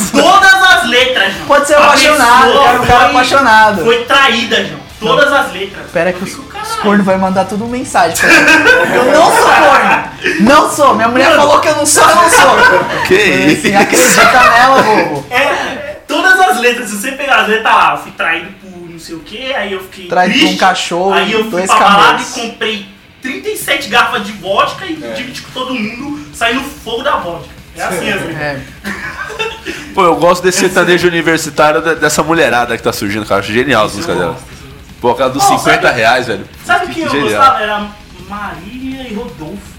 S5: isso?
S4: todos-
S7: Todas as letras, João.
S4: Pode ser
S7: A
S4: apaixonado, eu
S7: pessoa
S4: quero um cara
S7: foi-
S4: apaixonado.
S7: Foi traída, João. Todas as letras.
S4: Espera
S7: Eu
S4: que os,
S7: fico,
S4: os
S7: "Caralho".
S4: cornos vai mandar tudo mensagem pra mim. Eu não sou corno. Não sou. Minha mulher falou que eu não sou, eu não sou.
S5: Que
S4: Assim,
S5: É isso?
S4: acredita nela, bobo.
S7: É, é, todas as letras, se você pegar as letras lá, eu fui traído por não sei o que, aí eu fiquei.
S4: Traído por um
S7: triste,
S4: cachorro
S7: aí eu
S4: e
S7: fui
S4: dois
S7: pra balada
S4: camelos.
S7: e comprei 37 garrafas de vodka e dividi com todo mundo, saindo fogo da vodka. É assim, as letras.
S4: É,
S5: Pô, eu gosto desse sertanejo universitário de- dessa mulherada que tá surgindo, cara. Acho genial as músicas dela. Pô, aquela dos
S7: Ó,
S5: 50
S7: sabe-
S5: reais, velho.
S7: Sabe o que eu
S5: Genial.
S7: gostava? Era Marília e Rodolfo.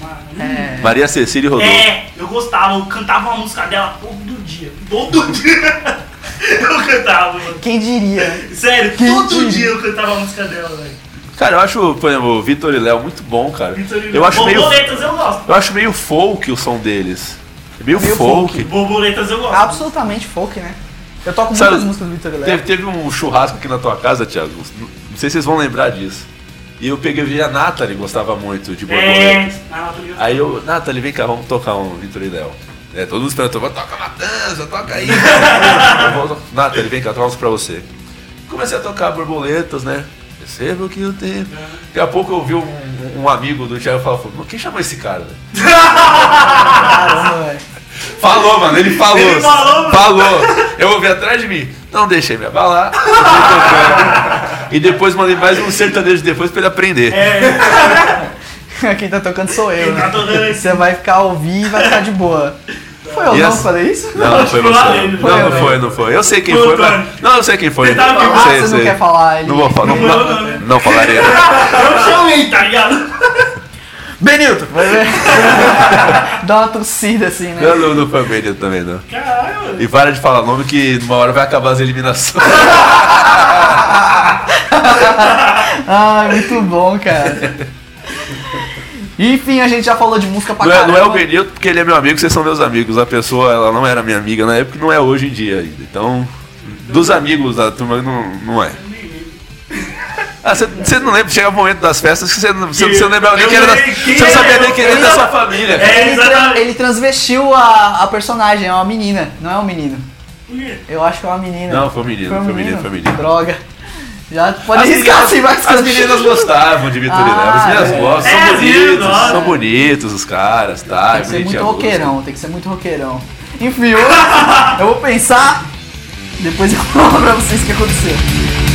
S7: Marília.
S4: é.
S5: Maria Cecília e Rodolfo.
S7: É, eu gostava, eu cantava uma música dela todo dia. Todo dia! Eu cantava, mano.
S4: Quem diria?
S7: Sério,
S4: Que
S7: todo
S4: dia.
S7: dia eu cantava a música dela, velho.
S5: Cara, eu acho, por exemplo, o Vitor e Léo muito bom, cara.
S7: Vitor e
S5: eu acho meio,
S7: Borboletas eu gosto.
S5: eu acho meio folk o som deles. É meio,
S4: Meio
S5: folk.
S7: Borboletas eu gosto.
S4: Absolutamente folk, né? Eu toco
S5: Sabe-
S4: muitas músicas do Vitor e
S5: Teve,
S4: Léo.
S5: teve um churrasco aqui na tua casa, Thiago. Não sei se vocês vão lembrar disso. E eu peguei eu vi a Nathalie, gostava muito de
S7: É.
S5: borboletas.
S7: Ah, tá ligado.
S5: Aí eu, Nathalie, vem cá, vamos tocar um Vitor e Léo. É, todo mundo esperando, toca matança, toca aí. Eu vou- Nathalie, vem cá, toca uns pra você. Comecei a tocar borboletas, né? Percebo que o tempo. Daqui a pouco eu vi um, um amigo do Thiago falar, "Mano, quem chamou esse cara? velho?"
S4: Caramba, velho.
S5: Falou, mano, ele falou.
S7: Ele falou, mano.
S5: Falou. Eu ouvi atrás de mim. Não deixei me abalar. deixei tocando. e depois mandei mais um sertanejo depois pra ele aprender.
S7: É,
S4: Quem tá tocando sou eu,
S7: Quem tá
S4: né?
S7: tocando é esse.
S4: Você vai ficar a ouvir e vai ficar de boa. Foi eu
S5: E
S4: não
S5: as-
S4: que falei isso?
S5: Não, não foi
S7: Foi
S5: você.
S7: lá ele,
S5: Não, não
S4: né?
S5: foi, não foi. Eu sei quem
S7: Foi o
S5: foi,
S7: Antônio.
S5: mas. Não, eu sei quem foi.
S7: Você tava me
S5: Sei,
S7: falando,
S5: sei.
S4: Ah, você não quer falar ele.
S5: Não vou falar. Não,
S7: Não, né?
S5: não,
S7: não, não.
S5: não falarei.
S7: Eu chamei, tá ligado?
S4: Benilton! vai ver. Dá uma torcida assim, né?
S5: Não, não, não foi o Benito também, não.
S7: Caralho.
S5: E para de falar nome que numa hora vai acabar as eliminações.
S4: Ah, muito bom, cara. Enfim, a gente já falou de música pra
S5: Não é,
S4: caramba.
S5: não é o Benito, porque ele é meu amigo, vocês são meus amigos. A pessoa, ela não era minha amiga na época e não é hoje em dia ainda. Então, dos amigos da turma, não, não é. Ah, você- Você não lembra, chega o momento das festas que você não, você, você não lembrava nem
S7: Eu
S5: que era da,
S7: lembrei
S5: Você
S7: quem
S5: não sabia
S7: era,
S5: nem que era
S7: eu
S5: da sua
S7: lembrava.
S5: família.
S7: É,
S4: Ele, tra-
S7: exatamente.
S4: ele transvestiu a, a personagem, é uma menina, não é um menino. Eu acho que é uma menina.
S5: Não, foi um menino, foi um menino, foi um menino.
S4: Droga. Já pode
S5: As
S4: arriscar
S5: meninas,
S4: assim, vai
S5: as meninas gostavam de Vitor e Léo. As
S4: Ah,
S5: meninas
S4: é.
S5: gostam,
S7: É,
S5: são
S7: as meninas
S5: bonitos,
S7: gostam.
S5: são bonitos os caras, tá?
S4: Tem que ser muito
S5: bonitinho a música.
S4: roqueirão, tem que ser muito roqueirão. Enfim, eu, eu vou pensar, depois eu falo pra vocês o que aconteceu.